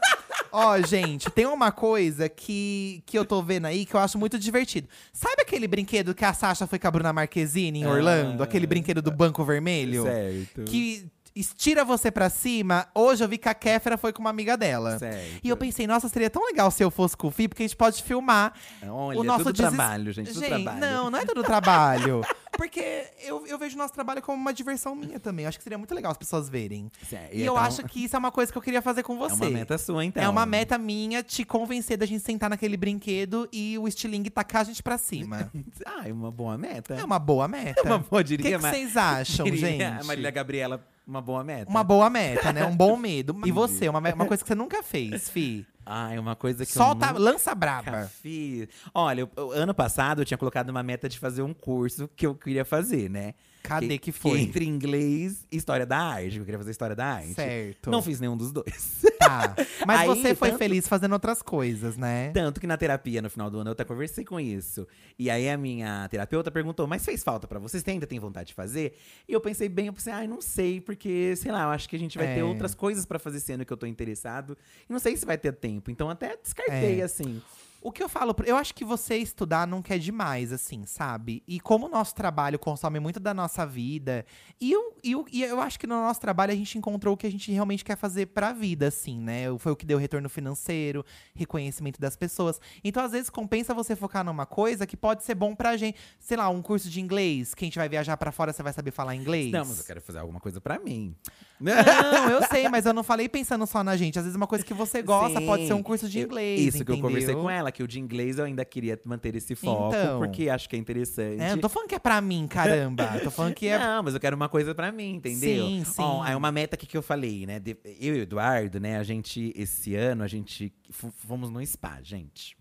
A: Ó, gente, tem uma coisa que, que eu tô vendo aí que eu acho muito divertido. Sabe aquele brinquedo que a Sasha foi com a Bruna Marquezine em Orlando?
B: Ah.
A: Aquele brinquedo do Banco Vermelho?
B: Certo.
A: Que estira você pra cima? Hoje eu vi que a Kéfera foi com uma amiga dela.
B: Certo.
A: E eu pensei, nossa, seria tão legal se eu fosse com o Fih, porque a gente pode filmar.
B: Olha, é
A: o nosso
B: tudo
A: deses-
B: trabalho, gente. Tudo
A: Gente,
B: trabalho.
A: não, não é todo trabalho. Porque eu, eu vejo o nosso trabalho como uma diversão minha também. Eu acho que seria muito legal as pessoas verem.
B: Certo,
A: E, eu
B: então,
A: acho que isso é uma coisa que eu queria fazer com
B: É
A: você.
B: uma meta sua, então.
A: É uma meta minha te convencer da gente sentar naquele brinquedo e o estilingue tacar a gente pra cima.
B: Ah, é uma boa meta.
A: é uma boa meta.
B: Uma boa,
A: O que,
B: diria,
A: que
B: mas-
A: vocês acham,
B: diria
A: Então, gente?
B: A Marília Gabriela, uma boa meta.
A: Uma boa meta, né? Um bom medo. E você, uma, me- uma coisa que você nunca fez, Fi.
B: Ah, é uma coisa que eu
A: Solta,
B: nunca
A: lança braba.
B: fiz. Olha, eu- eu- ano passado eu tinha colocado uma meta de fazer um curso que eu queria fazer, né?
A: Cadê que, foi?
B: entre inglês e história da arte. que Eu queria fazer história da arte.
A: Certo.
B: Não fiz nenhum dos dois.
A: Tá. Mas
B: Aí, então,
A: você foi
B: tanto-
A: feliz fazendo outras coisas, né?
B: Tanto que na terapia, no final do ano, eu até conversei com isso. E aí a minha terapeuta perguntou: Mas fez falta pra você? Você ainda tem vontade de fazer? E eu pensei bem, eu pensei, ai, não sei, porque, sei lá, eu acho que a gente vai
A: É.
B: ter outras coisas pra fazer esse ano que eu tô interessado. E não sei se vai ter tempo. Então até descartei,
A: É.
B: assim.
A: O que eu falo, pra- eu acho que você estudar não quer demais, assim, sabe? E como o nosso trabalho consome muito da nossa vida, e eu, e eu, e eu acho que no nosso trabalho a gente encontrou o que a gente realmente quer fazer pra vida, assim, né? Foi o que deu retorno financeiro, reconhecimento das pessoas. Então, às vezes, compensa você focar numa coisa que pode ser bom pra gente. Sei lá, um curso de inglês, que a gente vai viajar pra fora, você vai saber falar inglês.
B: Não, mas eu quero fazer alguma coisa pra mim.
A: Não, eu sei, mas eu não falei pensando só na gente. Às vezes uma coisa que você gosta pode ser um
B: Sim.
A: curso de
B: Eu-
A: inglês.
B: Isso que eu conversei
A: entendeu?
B: com ela, que o de inglês eu ainda queria manter esse foco,
A: Então.
B: porque acho que é interessante.
A: É, não tô falando que é pra mim, caramba. tô falando que é.
B: Não, mas eu quero uma coisa pra mim, entendeu?
A: Sim, sim.
B: Ó, aí uma meta aqui que eu falei, né? De- eu e o Eduardo, né, a gente, esse ano, a gente f- fomos num spa, gente.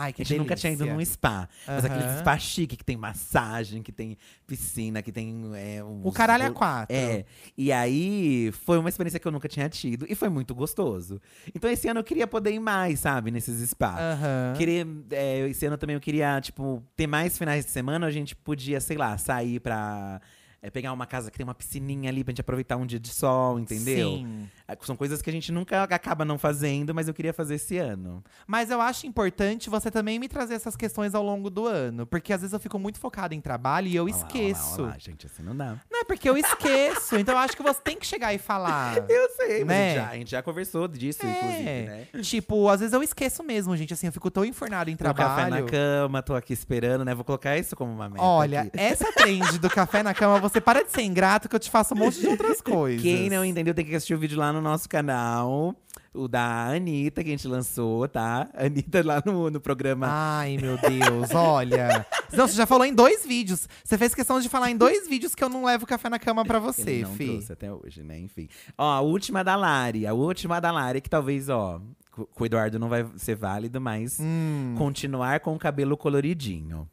A: Ai, que
B: a gente nunca
A: delícia.
B: tinha ido num spa. Mas
A: Aham.
B: aquele spa chique, que tem massagem, que tem piscina, que tem… é,
A: O
B: uns-
A: caralho é quatro.
B: É, e aí foi uma experiência que eu nunca tinha tido e foi muito gostoso. Então esse ano eu queria poder ir mais, sabe, nesses spas.
A: Aham.
B: Queria, é, esse ano também eu queria, tipo, ter mais finais de semana. A gente podia, sei lá, sair pra é, pegar uma casa que tem uma piscininha ali pra gente aproveitar um dia de sol, entendeu?
A: Sim.
B: Ah, São coisas que a gente nunca acaba não fazendo, mas eu queria fazer esse ano.
A: Mas eu acho importante você também me trazer essas questões ao longo do ano. Porque às vezes eu fico muito focada em trabalho e eu
B: Olha lá, olha lá,
A: esqueço.
B: olha lá, gente, assim não dá.
A: Não, é porque eu esqueço. então eu acho que você tem que chegar e falar.
B: Eu sei, mas
A: Né?
B: a, gente já, a gente já conversou disso, inclusive, né?
A: É. Tipo, às vezes eu esqueço mesmo, gente. Assim, eu fico tão enfornada em
B: Meu Café na
A: trabalho.
B: cama, tô aqui esperando, né? Vou colocar isso como uma meta.
A: Olha,
B: aqui.
A: essa trend do café na cama, você para de ser ingrato que eu te faço um monte de outras coisas.
B: Quem não entendeu tem que assistir o vídeo lá no nosso canal. O da Anitta, que a gente lançou, tá? A Anitta lá no, no programa.
A: Ai, meu Deus, olha. Não, você já falou em dois vídeos. Você fez questão de falar em dois vídeos que eu não levo café na cama pra você,
B: Ele não
A: fi.
B: trouxe até hoje, né? Enfim. Ó, a última da Lari. A última da Lari, que talvez, ó… co- Com o Eduardo não vai ser válido, mas…
A: Hum.
B: Continuar com o cabelo coloridinho.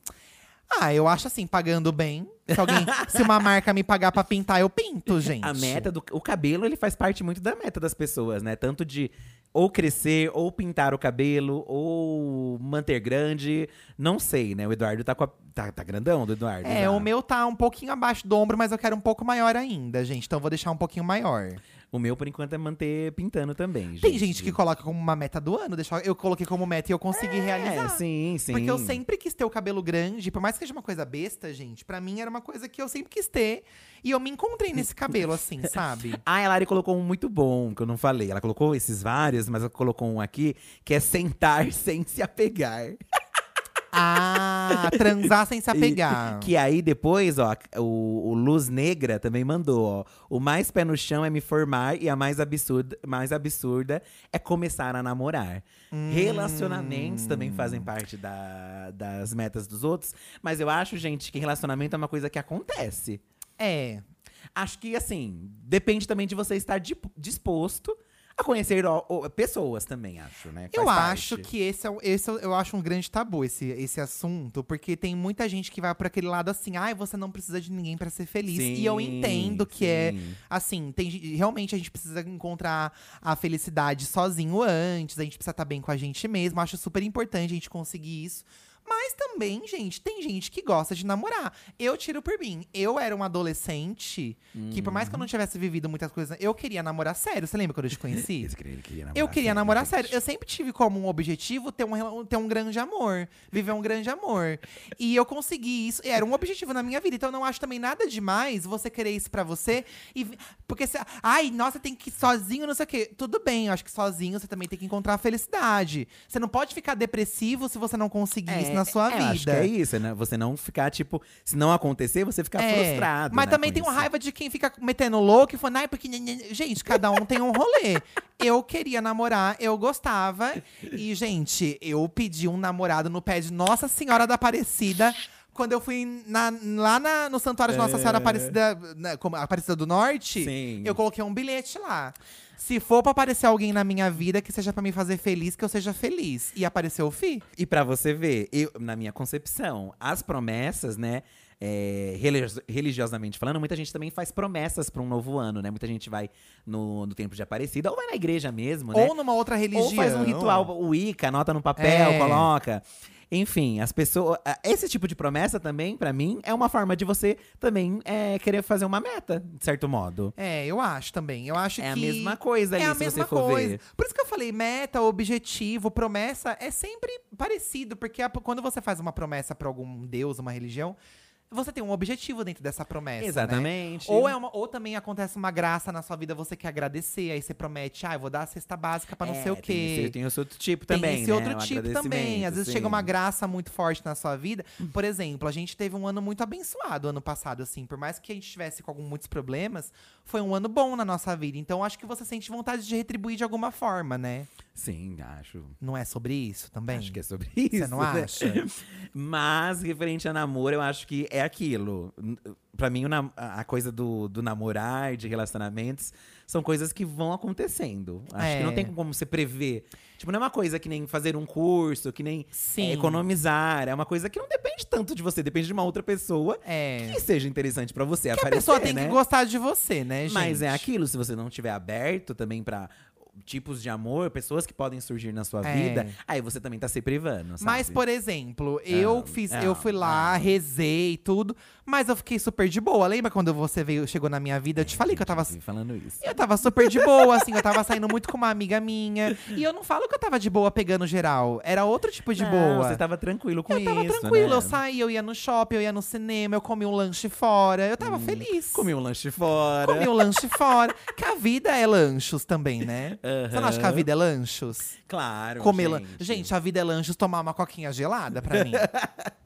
A: Ah, eu acho assim, pagando bem. Se alguém, se uma marca me pagar pra pintar, eu pinto, gente.
B: A meta do… O cabelo, ele faz parte muito da meta das pessoas, né? Tanto de ou crescer, ou pintar o cabelo, ou manter grande. Não sei, né? O Eduardo tá com a… Tá, tá grandão do Eduardo,
A: É,
B: já.
A: o meu tá um pouquinho abaixo do ombro, mas eu quero um pouco maior ainda, gente. Então eu vou deixar um pouquinho maior.
B: O meu, por enquanto, é manter pintando também.
A: Tem gente que coloca como uma meta do ano, deixa eu eu coloquei como meta e eu consegui
B: É,
A: realizar.
B: sim, sim.
A: ah, Porque eu sempre quis ter o cabelo grande, por mais que seja uma coisa besta, gente, pra mim era uma coisa que eu sempre quis ter. E eu me encontrei nesse cabelo, assim, sabe?
B: Ah, a Lari colocou um muito bom, que eu não falei. Ela colocou esses vários, mas ela colocou um aqui, que é sentar sem se apegar.
A: Ah, transar sem se apegar.
B: Que aí depois, ó, o, o Luz Negra também mandou, ó. O mais pé no chão é me formar e a mais absurda, mais absurda é começar a namorar. Relacionamentos também fazem parte da- das metas dos outros. Mas eu acho, gente, que relacionamento é uma coisa que acontece.
A: É.
B: Acho que, assim, depende também de você estar di- disposto a conhecer o- o- pessoas também, acho, né?
A: Eu
B: Faz
A: acho
B: parte.
A: que esse, é, o- esse é o- eu acho um grande tabu, esse, esse assunto, porque tem muita gente que vai para aquele lado assim, ai, você não precisa de ninguém pra ser feliz. e eu
B: Sim,
A: entendo que é
B: sim.
A: assim, tem gen- realmente a gente precisa encontrar a felicidade sozinho antes, a gente precisa estar bem com a gente mesmo. Acho super importante a gente conseguir isso. Mas também, gente, tem gente que gosta de namorar. Eu tiro por mim. Eu era uma adolescente que, por mais que eu não tivesse vivido muitas coisas, eu queria namorar sério. Você lembra quando eu te conheci?
B: Esse que ele queria namorar
A: Eu queria
B: sério,
A: namorar
B: gente.
A: sério. Eu sempre tive como um objetivo ter um, rela- ter um grande amor. Viver um grande amor. E eu consegui isso. Era um objetivo na minha vida. Então eu não acho também nada demais você querer isso pra você. E, vi- porque você. Ai, nossa, tem que ir sozinho, não sei o quê. Tudo bem, eu acho que sozinho você também tem que encontrar a felicidade. Você não pode ficar depressivo se você não conseguir isso na sua
B: é,
A: vida.
B: Acho que é isso, né? Você não ficar, tipo, se não acontecer, você ficar
A: É,
B: frustrado.
A: Mas
B: né,
A: também
B: com
A: tem uma
B: isso.
A: raiva de quem fica metendo louco e falando, ai, porque. nhe, nhe, nhe". Gente, cada um tem um rolê. Eu queria namorar, eu gostava. E, gente, eu pedi um namorado no pé de Nossa Senhora da Aparecida. Quando eu fui na- lá na- no Santuário de Nossa
B: É.
A: Senhora Aparecida, né, como Aparecida do Norte,
B: Sim.
A: eu coloquei um bilhete lá. Se for pra aparecer alguém na minha vida que seja pra me fazer feliz, que eu seja feliz. E apareceu o Fi.
B: E pra você ver, eu, na minha concepção, as promessas, né? é, religio- religiosamente falando, muita gente também faz promessas pra um novo ano, né? Muita gente vai no, no templo de Aparecida, ou vai na igreja mesmo, né?
A: Ou numa outra religião.
B: Ou faz um ritual Wicca, anota no papel,
A: É.
B: coloca. Enfim, as pessoas. a- Esse tipo de promessa também, pra mim, é uma forma de você também é, querer fazer uma meta, de certo modo.
A: É, eu acho também. Eu acho
B: É
A: que.
B: a mesma coisa ali,
A: é a
B: se
A: mesma
B: você for
A: coisa.
B: ver.
A: Por isso que eu falei meta, objetivo, promessa é sempre parecido, porque a- quando você faz uma promessa pra algum deus, uma religião, você tem um objetivo dentro dessa promessa. né?
B: Exatamente.
A: Ou, é uma- ou também acontece uma graça na sua vida, você quer agradecer, aí você promete, ah, eu vou dar a cesta básica pra não
B: É,
A: sei o quê.
B: Tem esse, tem esse outro tipo
A: Tem
B: também.
A: esse
B: né?
A: outro
B: Um
A: tipo também. Às vezes
B: agradecimento,
A: chega uma
B: sim. Uhum.
A: graça muito forte na sua vida. Por exemplo, a gente teve um ano muito abençoado ano passado, assim. Por mais que a gente tivesse com algum- muitos problemas, foi um ano bom na nossa vida. Então acho que você sente vontade de retribuir de alguma forma, né?
B: Sim, acho.
A: Não é sobre isso também?
B: Acho que é sobre isso.
A: não
B: né?
A: acha?
B: Mas, referente a namoro, eu acho que é aquilo. N- Pra mim, o nam- a a coisa do, do namorar, de relacionamentos, são coisas que vão acontecendo. Acho que não
A: É.
B: tem como você prever. Tipo, não é uma coisa que nem fazer um curso, que nem
A: Sim.
B: é, economizar. É uma coisa que não depende tanto de você, depende de uma outra pessoa
A: É.
B: que seja interessante pra você.
A: Que a
B: aparecer,
A: pessoa tem
B: né?
A: que gostar de você, né, gente?
B: Mas é aquilo, se você não tiver aberto também pra tipos de amor, pessoas que podem surgir na sua
A: É.
B: vida, aí você também tá se privando, sabe?
A: Mas, por exemplo, eu
B: Ah,
A: fiz,
B: ah,
A: eu fui lá,
B: ah.
A: rezei e tudo, mas eu fiquei super de boa. Lembra quando você veio, chegou na minha vida? Eu te falei que eu tava
B: Vive falando isso.
A: Eu tava super de boa, assim, eu tava saindo muito com uma amiga minha. E eu não falo que eu tava de boa pegando geral. Era outro tipo de
B: Não,
A: boa.
B: Você tava tranquilo com
A: eu
B: isso,
A: tava tranquilo,
B: né?
A: eu saí, eu ia no shopping, eu ia no cinema, eu comi um lanche fora. Eu tava feliz.
B: Comi um lanche fora.
A: Comi um lanche fora. Que a vida é lanchos também, né? Você não acha que a
B: Aham.
A: vida é lanchos?
B: Claro,
A: Comer lan-
B: gente.
A: Gente, a vida é lanchos tomar uma coquinha gelada pra mim.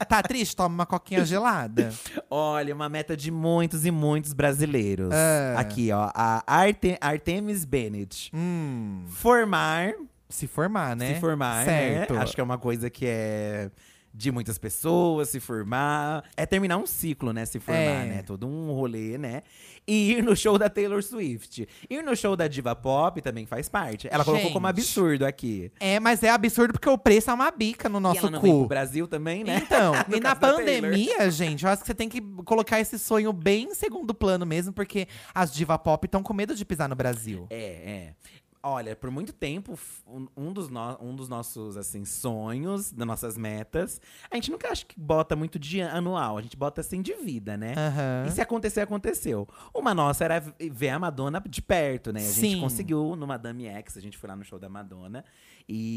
A: tá triste? Toma uma coquinha gelada.
B: Olha, uma meta de muitos e muitos brasileiros.
A: É.
B: Aqui, ó. A Arte- Artemis Bennett.
A: Hum,
B: Formar
A: se formar, né?
B: Se formar,
A: certo.
B: né? Acho que é uma coisa que é de muitas pessoas, se formar. É terminar um ciclo, né? Se formar,
A: É.
B: né? Todo um rolê, né? E ir no show da Taylor Swift. Ir no show da Diva Pop também faz parte. Ela colocou como
A: Gente.
B: absurdo aqui.
A: É, mas é absurdo porque o preço é uma bica no
B: e
A: nosso
B: ela não veio pro
A: cu.
B: Brasil também, né?
A: Então,
B: No
A: e na
B: caso da Taylor.
A: pandemia, gente, eu acho que você tem que colocar esse sonho bem em segundo plano mesmo, porque as diva pop estão com medo de pisar no Brasil.
B: É, é. Olha, por muito tempo, f- um- um dos, no- um dos nossos assim, sonhos, das nossas metas, a gente nunca acha que bota muito de an- anual, a gente bota assim de vida, né?
A: Aham.
B: E se acontecer, aconteceu. Uma nossa era v- ver a Madonna de perto, né? A
A: Sim.
B: gente conseguiu no Madame X, a gente foi lá no show da Madonna.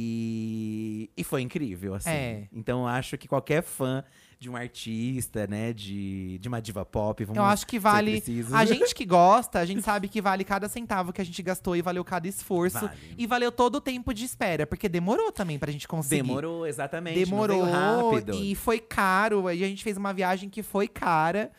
B: E, e foi incrível, assim.
A: É.
B: Então eu acho que qualquer fã de um artista, né, de, de uma diva pop, vamos
A: Eu acho que
B: ser
A: vale.
B: precisos.
A: A gente que gosta, a gente sabe que vale cada centavo que a gente gastou e valeu cada esforço.
B: Vale.
A: E valeu todo o tempo de espera, porque demorou também pra gente conseguir.
B: Demorou, exatamente. não
A: Demorou
B: veio rápido.
A: e foi caro. E a gente fez uma viagem que foi cara.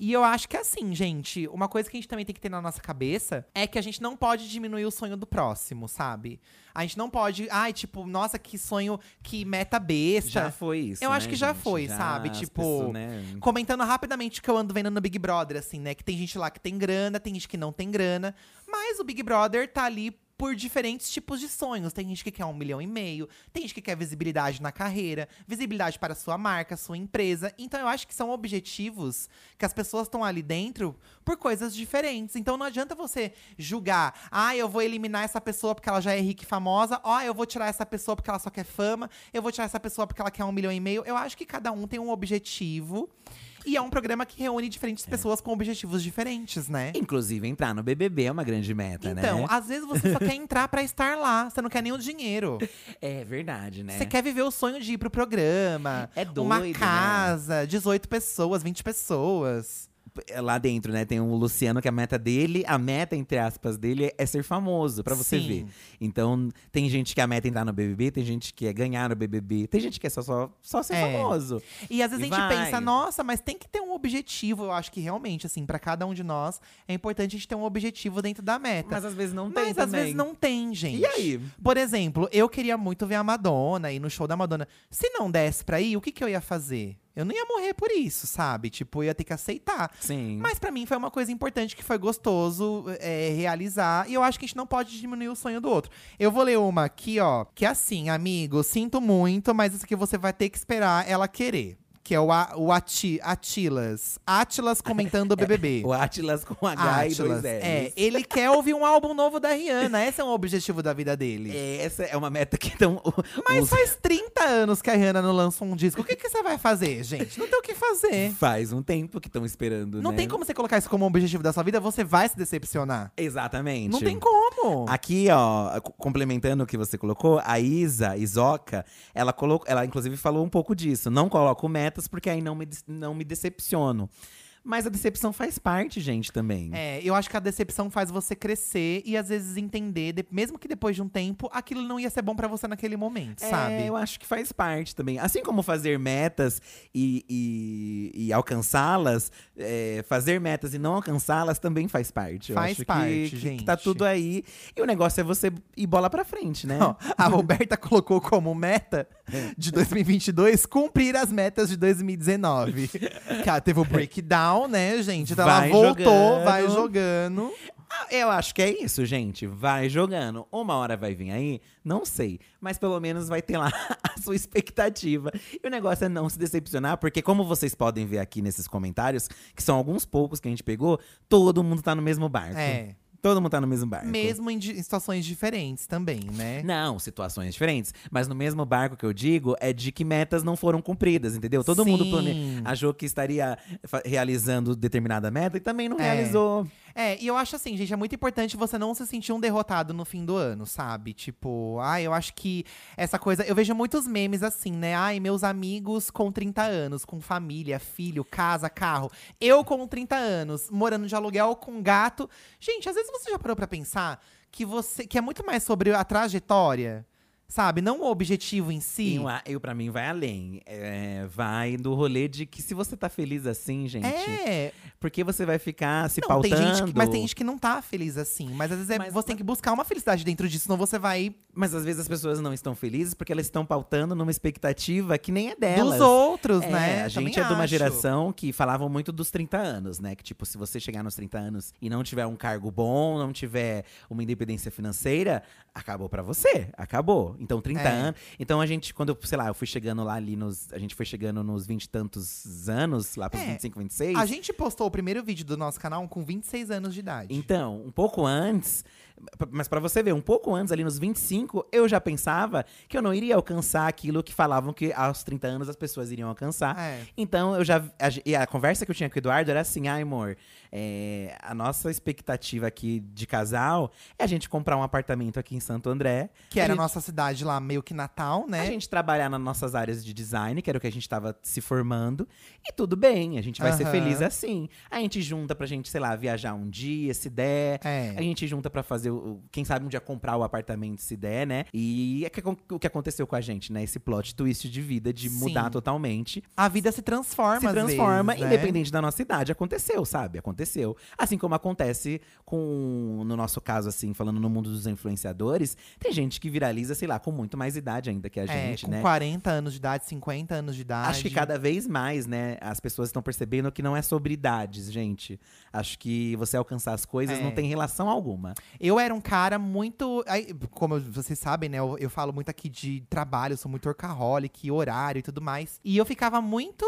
A: E eu acho que é assim, gente, uma coisa que a gente também tem que ter na nossa cabeça é que a gente não pode diminuir o sonho do próximo, sabe? A gente não pode, ai, tipo, nossa, que sonho, que meta besta.
B: Já foi isso.
A: Eu acho
B: né,
A: que já
B: gente?
A: foi, sabe?
B: as
A: Tipo,
B: pessoas, né?
A: Comentando rapidamente o que eu ando vendo no Big Brother, assim, né? Que tem gente lá que tem grana, tem gente que não tem grana. Mas o Big Brother tá ali por diferentes tipos de sonhos. Tem gente que quer um milhão e meio, tem gente que quer visibilidade na carreira, visibilidade para sua marca, sua empresa. Então eu acho que são objetivos que as pessoas estão ali dentro por coisas diferentes. Então não adianta você julgar, ah, eu vou eliminar essa pessoa porque ela já é rica e famosa, ó, eu vou tirar essa pessoa porque ela só quer fama, eu vou tirar essa pessoa porque ela quer um milhão e meio. Eu acho que cada um tem um objetivo. E é um programa que reúne diferentes
B: É.
A: pessoas com objetivos diferentes, né?
B: Inclusive, entrar no BBB é uma grande meta,
A: Então,
B: né?
A: às vezes você só quer entrar pra estar lá, você não quer nem o dinheiro.
B: É verdade, né?
A: Você quer viver o sonho de ir pro programa,
B: É doido,
A: uma
B: né?
A: casa, 18 pessoas, 20 pessoas.
B: Lá dentro, né, tem o Luciano, que a meta dele, a meta, entre aspas, dele é ser famoso, pra você
A: Sim.
B: ver. Então, tem gente que a meta é entrar no BBB, tem gente que é ganhar no BBB, tem gente que é só, só, só ser
A: É.
B: famoso.
A: E às vezes
B: E
A: a gente
B: vai.
A: pensa, nossa, mas tem que ter um objetivo. Eu acho que realmente, assim, pra cada um de nós, é importante a gente ter um objetivo dentro da meta.
B: Mas às vezes não tem
A: Mas às
B: também.
A: vezes não tem, gente.
B: E aí?
A: Por exemplo, eu queria muito ver a Madonna ir no show da Madonna. Se não desse pra ir, o que, que eu ia fazer? Eu não ia morrer por isso, sabe? Tipo, eu ia ter que aceitar.
B: Sim.
A: Mas pra mim foi uma coisa importante que foi gostoso é, realizar. E eu acho que a gente não pode diminuir o sonho do outro. Eu vou ler uma aqui, ó. Que é assim, amigo, sinto muito, mas isso aqui você vai ter que esperar ela querer. Que é o, a, o Ati, Atilas. Atilas comentando o BBB.
B: É, O Atlas com H e
A: Atlas.
B: dois L's.
A: É, ele quer ouvir um álbum novo da Rihanna. Esse é um objetivo da vida dele.
B: É, Essa é uma meta que então. o-
A: Mas
B: os-
A: faz 30 anos que a Rihanna não lança um disco. O que, que você vai fazer, gente? Não tem o que fazer.
B: faz um tempo que estão esperando.
A: Não
B: né?
A: tem como você colocar isso como um objetivo da sua vida, você vai se decepcionar.
B: Exatamente.
A: Não tem como.
B: Aqui, ó, co- complementando o que você colocou, a Isa, Isoca, ela colocou, ela inclusive falou um pouco disso. Não coloco metas porque aí não me, des- não me decepciono. Mas a decepção faz parte, gente, também.
A: É, eu acho que a decepção faz você crescer e às vezes entender, de- mesmo que depois de um tempo, aquilo não ia ser bom pra você naquele momento,
B: É,
A: sabe?
B: eu acho que faz parte também. Assim como fazer metas e, e- e alcançá-las, é, fazer metas e não alcançá-las também faz parte. Eu
A: Faz
B: acho que-
A: parte,
B: que,
A: gente.
B: Que tá tudo aí. E o negócio é você ir bola pra frente, né?
A: Ó, a Roberta colocou como meta de 2022 cumprir as metas de 2019. que ela teve o breakdown, né, gente? Então
B: Vai
A: ela voltou,
B: jogando.
A: vai jogando.
B: Ah, Eu acho que é isso, gente. Vai jogando. Uma hora vai vir aí, não sei. Mas pelo menos vai ter lá a sua expectativa. E o negócio é não se decepcionar, porque como vocês podem ver aqui nesses comentários, que são alguns poucos que a gente pegou, todo mundo tá no mesmo barco.
A: É.
B: Todo mundo tá no mesmo barco.
A: Mesmo em, di- em situações diferentes também, né?
B: Não, situações diferentes. Mas no mesmo barco que eu digo, é de que metas não foram cumpridas, entendeu? Todo mundo
A: Sim.
B: plane... achou que estaria fa- realizando determinada meta e também não
A: É.
B: realizou.
A: É, e eu acho assim, gente, é muito importante você não se sentir um derrotado no fim do ano, sabe? Tipo, ai, eu acho que essa coisa. Eu vejo muitos memes assim, né? Ai, meus amigos com 30 anos, com família, filho, casa, carro. Eu com 30 anos, morando de aluguel com gato. Gente, às vezes você já parou pra pensar que você. que é muito mais sobre a trajetória, sabe? Não o objetivo em si.
B: Eu, um a- eu para mim vai além, É, vai do rolê de que se você tá feliz assim, gente,
A: É,
B: porque você vai ficar se
A: não, tem
B: pautando.
A: gente que, mas tem gente que não tá feliz assim. Mas às vezes é-
B: Mas-
A: você tem que buscar uma felicidade dentro disso, senão você vai
B: Mas às vezes as pessoas não estão felizes porque elas estão pautando numa expectativa que nem é delas.
A: dos outros,
B: É,
A: né?
B: A gente
A: Também
B: é de uma
A: acho.
B: geração que falavam muito dos 30 anos, né? Que tipo, se você chegar nos 30 anos e não tiver um cargo bom, não tiver uma independência financeira, acabou pra você, acabou. Então 30
A: É.
B: anos. Então a gente quando, eu, sei lá, eu fui chegando lá ali nos, a gente foi chegando nos 20 e tantos anos, lá pros
A: É.
B: 25, 26.
A: A gente postou o primeiro vídeo do nosso canal com 26 anos de idade.
B: Então, um pouco antes, p- mas pra você ver, um pouco antes, ali nos 25, eu já pensava que eu não iria alcançar aquilo que falavam que aos 30 anos as pessoas iriam alcançar.
A: É.
B: Então, eu já. a ge- e a conversa que eu tinha com o Eduardo era assim: ai, amor, é, a nossa expectativa aqui de casal é a gente comprar um apartamento aqui em Santo André.
A: Que era
B: a
A: a
B: gente,
A: nossa cidade lá, meio que Natal,
B: A
A: né?
B: gente trabalhar nas nossas áreas de design, que era o que a gente tava se formando. E tudo bem, a gente vai ser
A: Aham.
B: feliz assim. A gente junta pra gente, sei lá, viajar um dia, se der.
A: É.
B: A gente junta pra fazer fazer, o- quem sabe um dia comprar o apartamento se der, né? E é que acon- o que aconteceu com a gente, né? Esse plot twist de vida, de
A: Sim.
B: mudar totalmente.
A: A vida se transforma,
B: se
A: às
B: transforma,
A: vezes, né?
B: independente da nossa idade. Aconteceu, sabe? Aconteceu. Assim como acontece com, no nosso caso, assim, falando no mundo dos influenciadores, tem gente que viraliza, sei lá, com muito mais idade ainda que a
A: É,
B: gente,
A: com
B: né?
A: 40 anos de idade, 50 anos de idade.
B: Acho que cada vez mais, né, as pessoas estão percebendo que não é sobre idades, gente. Acho que você alcançar as coisas
A: É.
B: não tem relação alguma.
A: Eu era um cara muito. aí, Como eu- vocês sabem, né? Eu, eu falo muito aqui de trabalho, eu sou muito workaholic, horário e tudo mais. E eu ficava muito.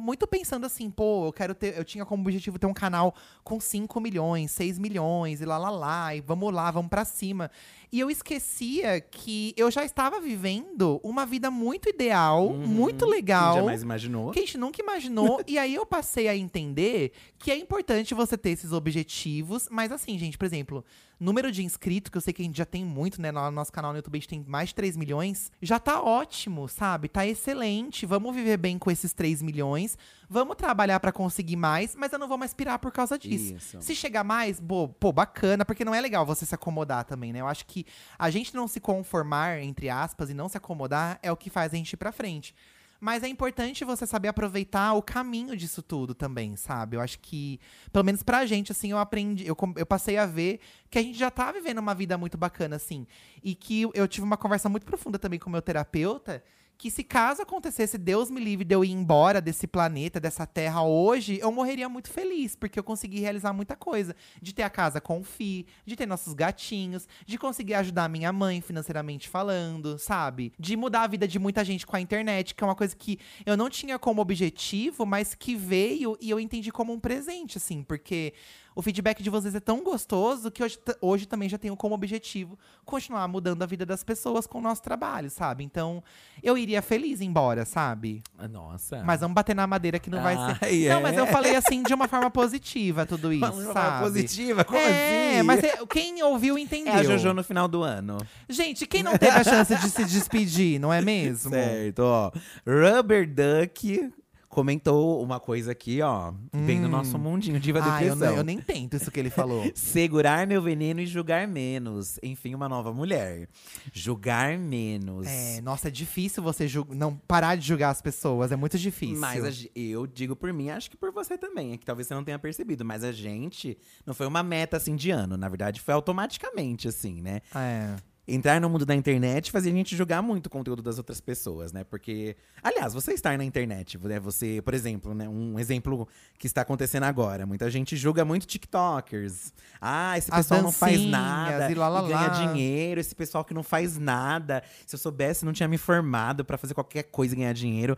A: Muito pensando assim, pô, eu quero ter. Eu tinha como objetivo ter um canal com 5 milhões, 6 milhões, e lá lá lá, e vamos lá, vamos pra cima. E eu esquecia que eu já estava vivendo uma vida muito ideal,
B: Uhum.
A: muito
B: Quem
A: legal.
B: jamais imaginou.
A: Que a gente nunca imaginou. e aí eu passei a entender que é importante você ter esses objetivos. Mas assim, gente, por exemplo, número de inscritos, que eu sei que a gente já tem muito, né? No nosso canal no YouTube a gente tem mais de 3 milhões. Já tá ótimo, sabe? Tá excelente. Vamos viver bem com esses 3 milhões. Vamos trabalhar pra conseguir mais, mas eu não vou mais pirar por causa disso.
B: Isso.
A: Se chegar mais, bo- pô, bacana, porque não é legal você se acomodar também, né? Eu acho que a gente não se conformar, entre aspas, e não se acomodar é o que faz a gente ir pra frente. Mas é importante você saber aproveitar o caminho disso tudo também, sabe? Eu acho que, pelo menos pra gente, assim, eu aprendi, eu, com- eu passei a ver que a gente já tá vivendo uma vida muito bacana, assim. E que eu tive uma conversa muito profunda também com o meu terapeuta, que se caso acontecesse, Deus me livre de eu ir embora desse planeta, dessa terra hoje, eu morreria muito feliz, porque eu consegui realizar muita coisa. De ter a casa com o Fi, de ter nossos gatinhos, de conseguir ajudar minha mãe financeiramente falando, sabe? De mudar a vida de muita gente com a internet, que é uma coisa que eu não tinha como objetivo, mas que veio e eu entendi como um presente, assim, porque. O feedback de vocês é tão gostoso que hoje, t- hoje também já tenho como objetivo continuar mudando a vida das pessoas com o nosso trabalho, sabe? Então, eu iria feliz embora, sabe?
B: Ah, Nossa.
A: Mas vamos bater na madeira que não vai ser.
B: Ai, é.
A: Não, mas eu falei assim de uma forma positiva tudo isso,
B: Vamos de uma forma
A: sabe?
B: positiva, como
A: é,
B: assim?
A: mas é- quem ouviu entendeu.
B: é a Jojo no final do ano.
A: Gente, quem não teve a chance de se despedir, não é mesmo?
B: Certo, ó. Rubber Duck comentou uma coisa aqui, ó. Vem no nosso mundinho, diva
A: Ah, eu,
B: depressão.
A: não- eu nem tento isso que ele falou.
B: Segurar meu veneno e julgar menos. Enfim, uma nova mulher. Julgar menos.
A: É, nossa, é difícil você ju- não parar de julgar as pessoas, é muito difícil.
B: Mas a ge- eu digo por mim, acho que por você também, é que talvez você não tenha percebido, mas a gente não foi uma meta assim de ano, na verdade foi automaticamente assim, né?
A: É.
B: Entrar no mundo da internet fazia a gente julgar muito o conteúdo das outras pessoas, né? Porque, aliás, você estar na internet, né? Você, por exemplo, né? Um exemplo que está acontecendo agora. Muita gente julga muito TikTokers. Ah, esse
A: As
B: pessoal não faz
A: dancinhas
B: nada.
A: e lá, lá,
B: ganha
A: lá.
B: dinheiro. Esse pessoal que não faz nada. Se eu soubesse, não tinha me formado pra fazer qualquer coisa e ganhar dinheiro.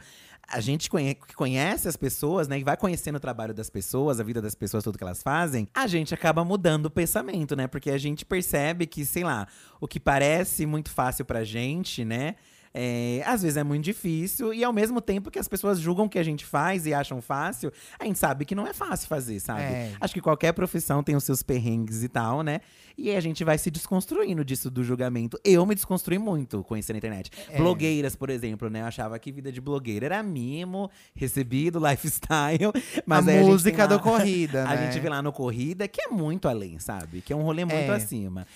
B: A gente conhe- que conhece as pessoas, né? E vai conhecendo o trabalho das pessoas, a vida das pessoas, tudo que elas fazem. A gente acaba mudando o pensamento, né? Porque a gente percebe que, sei lá, o que parece muito fácil pra gente, né? É, às vezes é muito difícil, e ao mesmo tempo que as pessoas julgam o que a gente faz e acham fácil, a gente sabe que não é fácil fazer, sabe?
A: É.
B: Acho que qualquer profissão tem os seus perrengues e tal, né? E aí a gente vai se desconstruindo disso do julgamento. Eu me desconstruí muito conhecendo a internet.
A: É.
B: Blogueiras, por exemplo, né? Eu achava que vida de blogueira era mimo, recebido, lifestyle. Mas
A: a
B: aí gente
A: música
B: tem
A: do
B: lá-
A: Corrida, né?
B: A gente vê lá no Corrida que é muito além, sabe? Que é um rolê muito
A: É.
B: acima.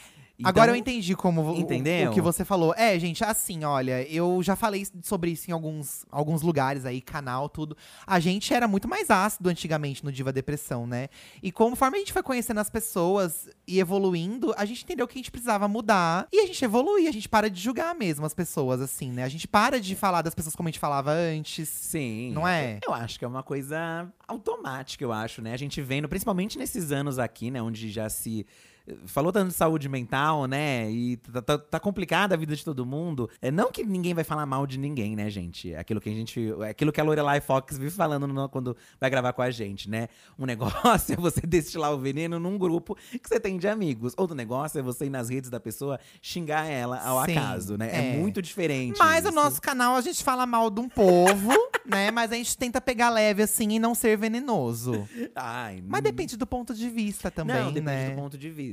A: Agora eu
B: Então,
A: entendi como o-
B: Entendeu?
A: o que você falou. É, gente, assim, olha, eu já falei sobre isso em alguns, alguns lugares aí, canal, tudo. A gente era muito mais ácido antigamente no Diva Depressão, né? E conforme a gente foi conhecendo as pessoas e evoluindo, a gente entendeu que a gente precisava mudar. E a gente evolui, a gente para de julgar mesmo as pessoas, assim, né? A gente para de falar das pessoas como a gente falava antes.
B: Sim.
A: Não é?
B: Eu acho que é uma coisa automática, eu acho, né? A gente vendo, principalmente nesses anos aqui, né? Onde já se. eh, Falou tanto de saúde mental, né? E tá, tá- tá complicada a vida de todo mundo. É não que ninguém vai falar mal de ninguém, né, gente? É Aquilo que a gente. é Aquilo que a Lorelai Fox vive falando no- quando vai gravar com a gente, né? Um negócio é você destilar o veneno num grupo que você tem de amigos. Outro negócio é você ir nas redes da pessoa xingar ela ao
A: Sim,
B: acaso, né? É,
A: é.
B: muito diferente.
A: Mas o
B: isso.
A: nosso canal a gente fala mal de um povo, né? Mas a gente tenta pegar leve assim e não ser venenoso.
B: Ai,
A: Mas depende do ponto de vista também,
B: Não, depende
A: né?
B: do ponto de vista.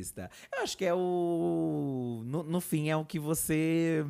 B: Eu acho que é o. No, no fim, é o que você.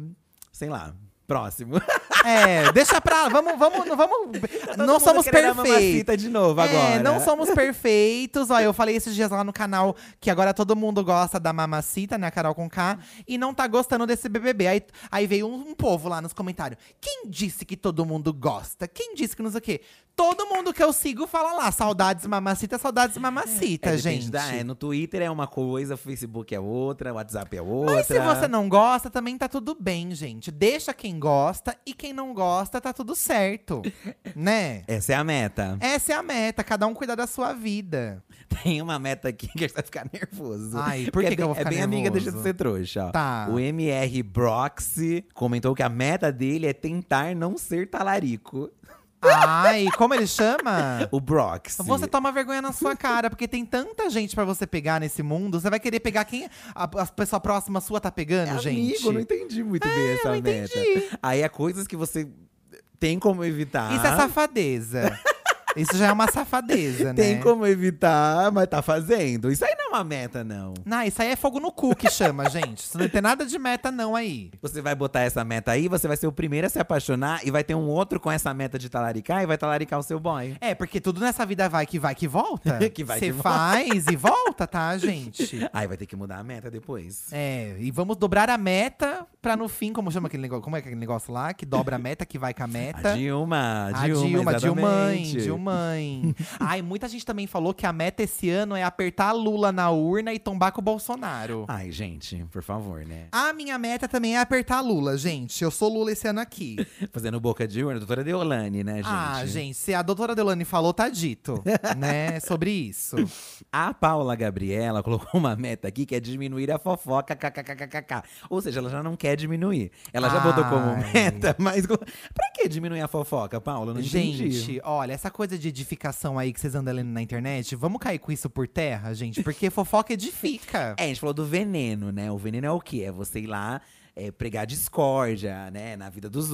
B: Sei lá. Próximo.
A: É, deixa pra lá. Vamos, vamos, não vamos. não somos perfeitos.
B: Fita de novo agora.
A: É, não somos perfeitos. Ó, eu falei esses dias lá no canal que agora todo mundo gosta da Mamacita, né, Carol com K, e não tá gostando desse BBB. Aí, aí veio um, um povo lá nos comentários. Quem disse que todo mundo gosta? Quem disse que não sei o quê? Todo mundo que eu sigo fala lá, saudades Mamacita, saudades Mamacita,
B: É, depende
A: gente.
B: da- é, no Twitter é uma coisa, o Facebook é outra, o WhatsApp é outra.
A: Mas se você não gosta, também tá tudo bem, gente. Deixa quem gosta e quem não gosta, tá tudo certo. né?
B: Essa é a meta.
A: Essa é a meta, cada um cuidar da sua vida.
B: Tem uma meta aqui que a gente vai ficar nervoso.
A: Ai, por que
B: é
A: que eu vou
B: bem-
A: ficar
B: É bem amiga,
A: nervoso?
B: deixa de ser trouxa. ó.
A: Tá.
B: O MR Broxy comentou que a meta dele é tentar não ser talarico.
A: Ai, como ele chama?
B: O Broxy.
A: Você toma vergonha na sua cara, porque tem tanta gente pra você pegar nesse mundo. Você vai querer pegar quem a, a pessoa próxima sua tá pegando,
B: é
A: gente. É,
B: amigo, não entendi muito bem essa
A: não
B: meta.
A: entendi.
B: Aí é coisas que você tem como evitar.
A: Isso é safadeza. Isso já é uma safadeza,
B: Tem
A: né?
B: como evitar, mas tá fazendo. Isso aí não é uma meta, não.
A: Não, isso aí é fogo no cu que chama, gente. Isso não tem nada de meta, não, aí.
B: Você vai botar essa meta aí, você vai ser o primeiro a se apaixonar e vai ter um outro com essa meta de talaricar e vai talaricar o seu boy.
A: É, porque tudo nessa vida vai que vai que volta.
B: Que vai
A: Você
B: que volta.
A: faz e volta, tá, gente?
B: Aí vai ter que mudar a meta depois.
A: É, e vamos dobrar a meta pra no fim, como chama aquele negócio? Como é aquele negócio lá? Que dobra a meta, que vai com a meta.
B: A Dilma, a
A: A
B: Dilma,
A: Dilma, Dilmãe,
B: exatamente.
A: Dilmãe. Ai, muita gente também falou que a meta esse ano é apertar a Lula na urna e tombar com o Bolsonaro.
B: Ai, gente, por favor, né?
A: A minha meta também é apertar a Lula, gente. Eu sou Lula esse ano aqui.
B: Fazendo boca de urna, doutora Deolane, né, gente?
A: Ah, gente, se a doutora Delane falou, tá dito, né? Sobre isso.
B: A Paula Gabriela colocou uma meta aqui que é diminuir a fofoca, kkkkkk. Ou seja, ela já não quer diminuir. Ela já botou como
A: Ai.
B: meta, mas… co- Pra que diminuir a um fofoca, Paula? Eu Não entendi.
A: Gente, olha, essa coisa de edificação aí que vocês andam lendo na internet, vamos cair com isso por terra, gente? Porque fofoca edifica.
B: É, a gente falou do veneno, né? O veneno é o quê? É você ir lá é, pregar discórdia, né? Na vida dos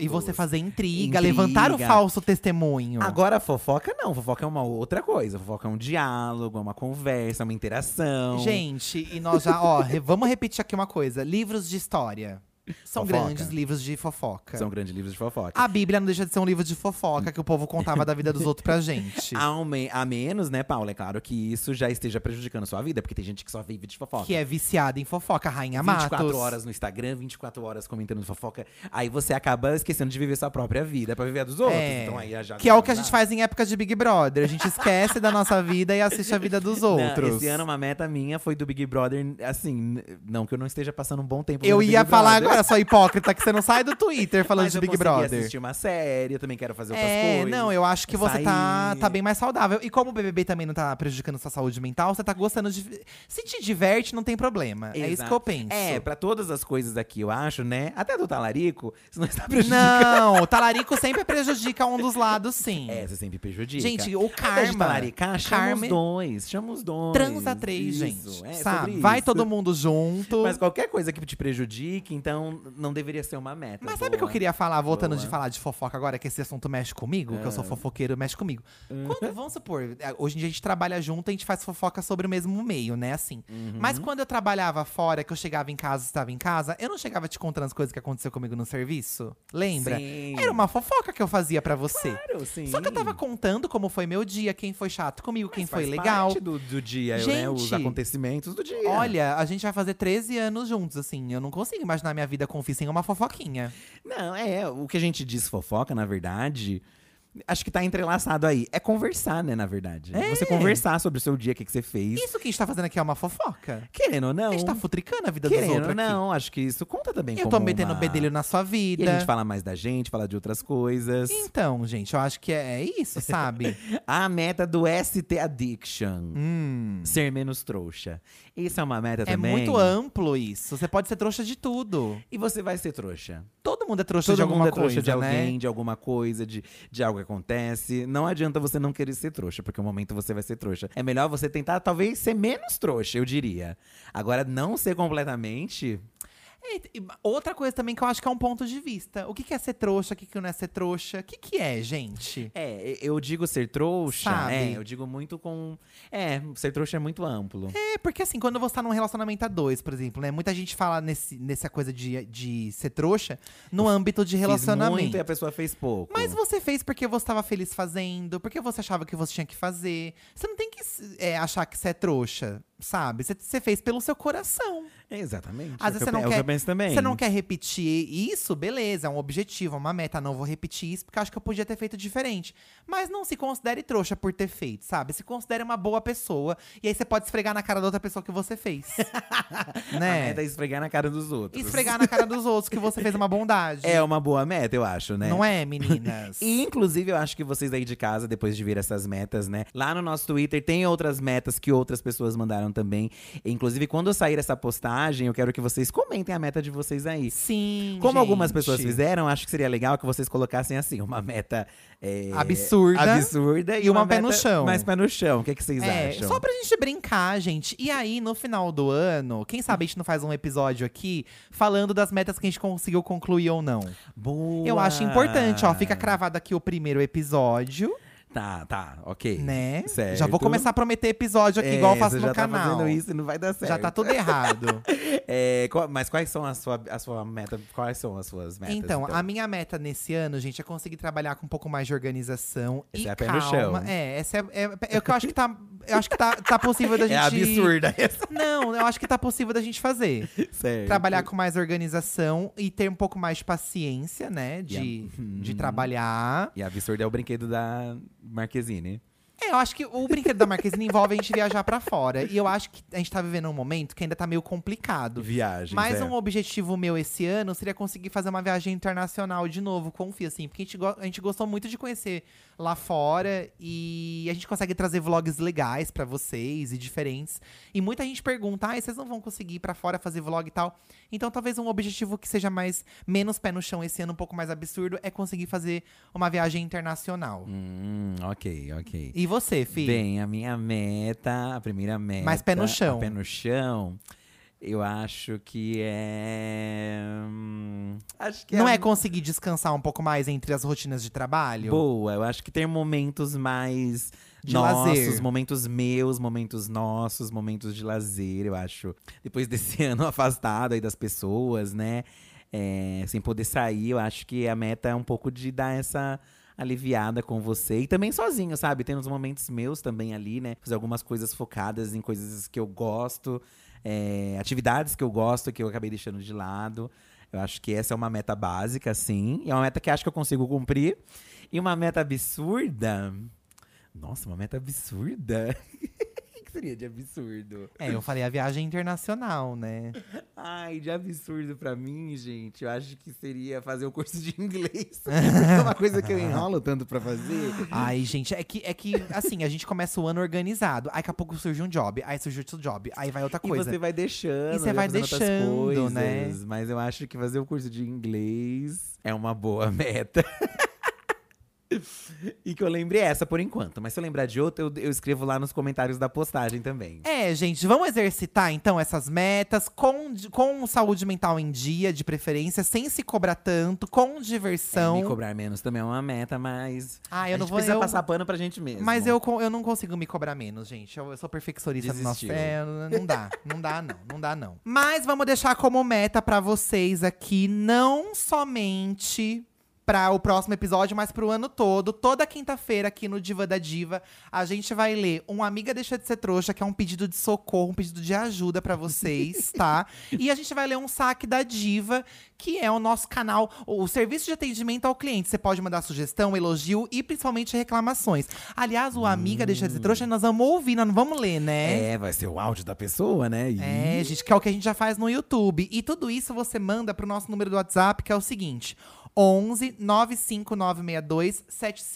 A: Ou- e você assim, fazer intriga,
B: Intriga.
A: levantar o falso testemunho.
B: Agora, fofoca não. Fofoca é uma outra coisa. Fofoca é um diálogo, é uma conversa, é uma interação.
A: Gente, e nós já, ó, re- vamos repetir aqui uma coisa: livros de história. São
B: Fofoca.
A: grandes livros de fofoca.
B: São grandes livros de fofoca.
A: A Bíblia não deixa de ser um livro de fofoca que o povo contava da vida dos outros pra gente.
B: Ao me- a menos, né, Paula? É claro que isso já esteja prejudicando a sua vida, porque tem gente que só vive de fofoca.
A: Que é viciada em fofoca, Rainha
B: 24
A: Matos.
B: horas no Instagram, 24 horas comentando fofoca. Aí você acaba esquecendo de viver sua própria vida pra viver a dos outros.
A: É.
B: Então aí já
A: Que é o que a
B: não
A: gente
B: dá.
A: faz em época de Big Brother. A gente esquece da nossa vida e assiste a vida dos
B: Não,
A: outros.
B: Esse ano, uma meta minha foi do Big Brother. Assim, n- não que eu não esteja passando um bom tempo.
A: Eu
B: no Big
A: ia falar
B: Brother,
A: agora, sua hipócrita, que você não sai do Twitter falando
B: mas
A: de
B: eu
A: Big
B: consegui
A: Brother.
B: assistir uma série, eu também quero fazer outras
A: É,
B: coisas.
A: não, eu acho que você tá,
B: sair.
A: tá bem mais saudável. E como o BBB também não tá prejudicando sua saúde mental, você tá gostando de. Se te diverte, não tem problema. É isso
B: Exato.
A: que eu penso.
B: É, pra todas as coisas aqui, eu acho, né? Até do talarico, se não está prejudicando.
A: Não, o talarico sempre prejudica um dos lados, sim.
B: É, você sempre prejudica.
A: Gente, o
B: Ao invés de
A: karma.
B: talaricar, chama
A: karma-
B: os dois, chama os dois.
A: Transa três,
B: Isso,
A: gente.
B: é sobre
A: sabe?
B: isso.
A: Vai todo mundo junto.
B: Mas
A: Mas,
B: qualquer coisa que te prejudique, então não deveria ser uma meta.
A: sabe o que eu
B: boa.
A: queria falar, voltando
B: Tá Boa. É.
A: de falar de fofoca agora, que esse assunto mexe comigo, que eu sou fofoqueiro, mexe comigo.
B: Uhum.
A: Quando, vamos supor, eh, hoje em dia a gente trabalha junto, a gente faz fofoca sobre o mesmo meio, né? Assim.
B: Uhum.
A: Mas quando eu trabalhava fora, que eu chegava em casa, estava em casa, eu não chegava te contando as coisas que aconteceu comigo no serviço? Lembra?
B: Sim.
A: Era uma fofoca que eu fazia pra você.
B: Claro, sim.
A: Só que eu tava contando como foi meu dia, quem foi chato comigo, quem
B: Mas
A: foi
B: faz
A: legal.
B: Parte do, do dia, né? Os
A: Gente,
B: acontecimentos do dia.
A: Olha, a gente vai fazer 13 anos juntos, assim. Eu não consigo imaginar minha vida com o Fih sem uma fofoquinha.
B: Não, é. O que a gente diz fofoca, na verdade. Acho que tá entrelaçado aí. É conversar, né, na verdade.
A: É.
B: Você conversar sobre o seu dia, o que, que você fez.
A: Isso que a gente tá fazendo aqui é uma fofoca.
B: Querendo ou não.
A: A gente tá futricando a vida dos
B: querendo
A: outros
B: ou
A: aqui.
B: não, acho que isso conta também
A: Eu
B: como
A: tô metendo
B: uma...
A: bedelho na sua
B: E a
A: vida.
B: gente assim. fala mais da gente, fala de outras coisas.
A: Então, gente, eu acho que é é isso, sabe?
B: A meta do ST Addiction.
A: Hum.
B: Ser menos trouxa. Isso é uma meta
A: É
B: também.
A: muito amplo isso. Você pode ser trouxa de tudo.
B: E você vai ser trouxa.
A: Todo mundo é trouxa
B: Todo
A: de alguma
B: mundo é trouxa
A: coisa,
B: de alguém,
A: né?
B: de alguma coisa, de, de algo que acontece. Não adianta você não querer ser trouxa, porque um momento você vai ser trouxa. É melhor você tentar, talvez, ser menos trouxa, eu diria. Agora, não ser completamente.
A: É, E- e outra coisa também que eu acho que é um ponto de vista. O que, que é ser trouxa? O que, que não é ser trouxa? O que, que é, gente?
B: É, e- eu digo ser trouxa,
A: Sabe?
B: é, eu digo muito com. É, ser trouxa é muito amplo.
A: É, porque assim, quando você tá num relacionamento a dois, por exemplo, né? Muita gente fala nesse, nessa coisa de, de ser trouxa no âmbito de
B: Fiz muito
A: relacionamento.
B: e a pessoa fez pouco.
A: Mas você fez porque você estava feliz fazendo, porque você achava que você tinha que fazer. Você não tem que é, achar que você é trouxa, sabe? Você, você fez pelo seu coração.
B: Exatamente.
A: Às vezes
B: é o que
A: você
B: eu
A: não
B: pe- é o
A: quer-
B: que eu penso também.
A: Você não quer repetir isso, beleza, é um objetivo, é uma meta. Não vou repetir isso porque acho que eu podia ter feito diferente. Mas não se considere trouxa por ter feito, sabe? Se considere uma boa pessoa. E aí você pode esfregar na cara da outra pessoa que você fez.
B: A
A: né?
B: meta é esfregar na cara dos outros.
A: Esfregar na cara dos outros que você fez uma bondade.
B: É uma boa meta, eu acho, né?
A: Não é, meninas?
B: E, inclusive, eu acho que vocês aí de casa, depois de ver essas metas, né? Lá no nosso Twitter tem outras metas que outras pessoas mandaram também. Inclusive, quando eu sair essa postagem, eu quero que vocês comentem a meta de vocês aí.
A: Sim.
B: Como algumas
A: gente.
B: pessoas fizeram, acho que seria legal que vocês colocassem assim, uma meta é,
A: Absurda.
B: absurda e
A: E
B: uma,
A: uma pé no
B: meta
A: chão.
B: Mais pé no chão. O que, é que vocês
A: É,
B: acham?
A: só pra gente brincar, gente. E aí, no final do ano, quem sabe a gente não faz um episódio aqui falando das metas que a gente conseguiu concluir ou não.
B: Boa.
A: Eu acho importante, ó. Fica cravado aqui o primeiro episódio,
B: Ah, Tá, tá, ok.
A: né?
B: Certo.
A: Já vou começar a prometer episódio aqui,
B: É,
A: igual eu faço
B: você
A: no
B: já Tá
A: canal.
B: fazendo isso e não vai dar certo.
A: já tá tudo errado.
B: É, qual- mas quais são a sua, a sua meta? Quais são as suas metas?
A: então, a minha meta nesse ano, gente, é conseguir trabalhar com um pouco mais de organização
B: Esse
A: e
B: é pé
A: calma.
B: no chão.
A: É, essa é, é- é o que eu acho que tá, eu acho que tá, tá possível da gente
B: É absurda essa.
A: Não, eu acho que tá possível da gente fazer.
B: Certo.
A: trabalhar com mais organização e ter um pouco mais de paciência, né? De, de trabalhar.
B: E absurda é o brinquedo da Marquezine.
A: É, eu acho que o brinquedo da Marquezine envolve a gente viajar pra fora. E eu acho que a gente tá vivendo um momento que ainda tá meio complicado.
B: Viagem.
A: Mas um objetivo meu esse ano seria conseguir fazer uma viagem internacional de novo, confia assim, porque a gente, go- a gente gostou muito de conhecer lá fora e a gente consegue trazer vlogs legais pra vocês e diferentes. E muita gente pergunta: "Ai, vocês não vão conseguir ir pra fora fazer vlog e tal?". Então, talvez um objetivo que seja mais menos pé no chão esse ano, um pouco mais absurdo, é conseguir fazer uma viagem internacional.
B: Hum, ok, ok.
A: E você, Fih?
B: Bem, a minha meta, a primeira meta.
A: Mas pé no
B: a
A: chão.
B: Pé no chão. Eu acho que é. hum, Acho que
A: não
B: a
A: é conseguir descansar um pouco mais entre as rotinas de trabalho?
B: Boa, eu acho que ter momentos mais
A: De
B: nossos,
A: lazer.
B: momentos meus, momentos nossos, momentos de lazer, eu acho. Depois desse ano afastado aí das pessoas, né? É, sem poder sair, eu acho que a meta é um pouco de dar essa aliviada com você. E também sozinho, sabe? Tendo os momentos meus também ali, né? Fazer algumas coisas focadas em coisas que eu gosto, é, atividades que eu gosto, que eu acabei deixando de lado. Eu acho que essa é uma meta básica, sim. E é uma meta que acho que eu consigo cumprir. E uma meta absurda. Nossa, uma meta absurda. O que seria de absurdo?
A: É, eu falei a viagem internacional, né?
B: Ai, de absurdo pra mim, gente. Eu acho que seria fazer o curso de inglês. Porque é uma coisa que eu enrolo tanto pra fazer.
A: Ai, gente, é que, é que, assim, a gente começa o ano organizado. Aí daqui a pouco surge um job, aí surge outro job, aí vai outra
B: E
A: coisa.
B: você vai deixando.
A: E você vai
B: fazendo outras
A: deixando,
B: coisas,
A: né?
B: Mas eu acho que fazer o curso de inglês é uma boa meta. e que eu lembre essa por enquanto. Mas se eu lembrar de outra, eu, eu escrevo lá nos comentários da postagem também.
A: É, gente, vamos exercitar então essas metas com, di- com saúde mental em dia, de preferência, sem se cobrar tanto, com diversão.
B: É, me cobrar menos também é uma meta, mas.
A: Ah,
B: a
A: eu não
B: gente
A: vou.
B: precisa
A: eu-
B: passar pano pra gente mesmo.
A: Mas eu, co- eu não consigo me cobrar menos, gente. Eu, eu sou perfeccionista
B: Desistiu.
A: no nosso. É, não dá, não dá, não. Não dá, não. Mas vamos deixar como meta pra vocês aqui, não somente para o próximo episódio, mas pro ano todo. Toda quinta-feira aqui no Diva da Diva, a gente vai ler Um Amiga Deixa de Ser Trouxa, que é um pedido de socorro, um pedido de ajuda pra vocês, tá? E a gente vai ler um saque da Diva, que é o nosso canal, o o serviço de atendimento ao cliente. Você pode mandar sugestão, elogio e principalmente reclamações. Aliás, o Amiga Deixa de Ser Trouxa, nós vamos ouvir, nós não vamos ler, né?
B: É, vai ser o áudio da pessoa, né? E-
A: É, gente, que é o que a gente já faz no YouTube. E tudo isso você manda pro nosso número do WhatsApp, que é o seguinte: 11 95962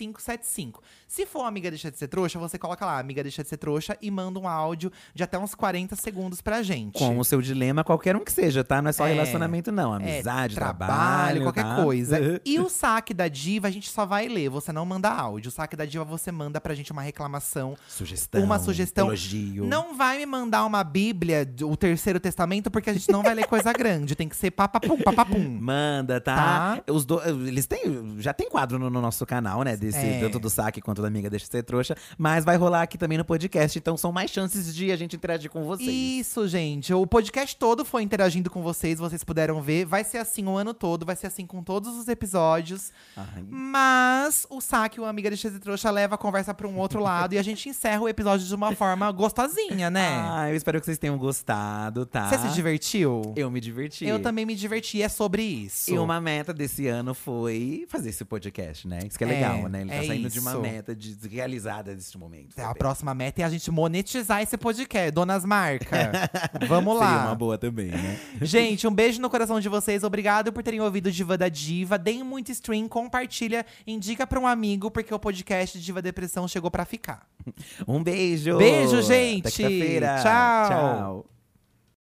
A: 7575. Se for Amiga Deixa de Ser Trouxa, você coloca lá Amiga Deixa de Ser Trouxa e manda um áudio de até uns 40 segundos pra gente.
B: Com o seu dilema, qualquer um que seja, tá? Não é só
A: É.
B: relacionamento, não.
A: É,
B: Amizade, trabalho,
A: qualquer
B: tá?
A: coisa. E o saque da diva, a gente só vai ler, você não manda áudio. O saque da diva, você manda pra gente uma reclamação.
B: Sugestão.
A: Uma sugestão.
B: Elogio.
A: Não vai me mandar uma bíblia, o terceiro testamento, porque a gente não vai ler coisa grande. Tem que ser papapum, papapum.
B: Manda, tá? Os do... Eles têm. Já tem quadro no, no nosso canal, né? Desse
A: É.
B: tanto do saque quanto da amiga Deixa de Ser Trouxa. Mas vai rolar aqui também no podcast. Então são mais chances de a gente interagir com vocês.
A: Isso, gente. O podcast todo foi interagindo com vocês, vocês puderam ver. Vai ser assim o ano todo, vai ser assim com todos os episódios.
B: Ai.
A: Mas o saque, o Amiga Deixa de Trouxa, leva a conversa pra um outro lado e a gente encerra o episódio de uma forma gostosinha, né?
B: Ah, eu espero que vocês tenham gostado, tá?
A: Você se divertiu?
B: Eu me diverti.
A: Eu também me diverti, é sobre isso.
B: E uma meta desse ano foi fazer esse podcast, né? Isso que é legal,
A: É,
B: né? Ele tá
A: é
B: saindo de uma
A: isso.
B: meta de- de- realizada neste momento.
A: A
B: sabe?
A: próxima meta é a gente monetizar esse podcast, Donas Marca. Vamos
B: Seria
A: lá.
B: uma boa também, né?
A: Gente, um beijo no coração de vocês. Obrigado por terem ouvido Diva da Diva. Deem muito stream, compartilha, indica pra um amigo, porque o podcast Diva Depressão chegou pra ficar.
B: Um beijo!
A: Beijo,
B: Até
A: gente.
B: quinta-feira.
A: Tchau.
B: Tchau!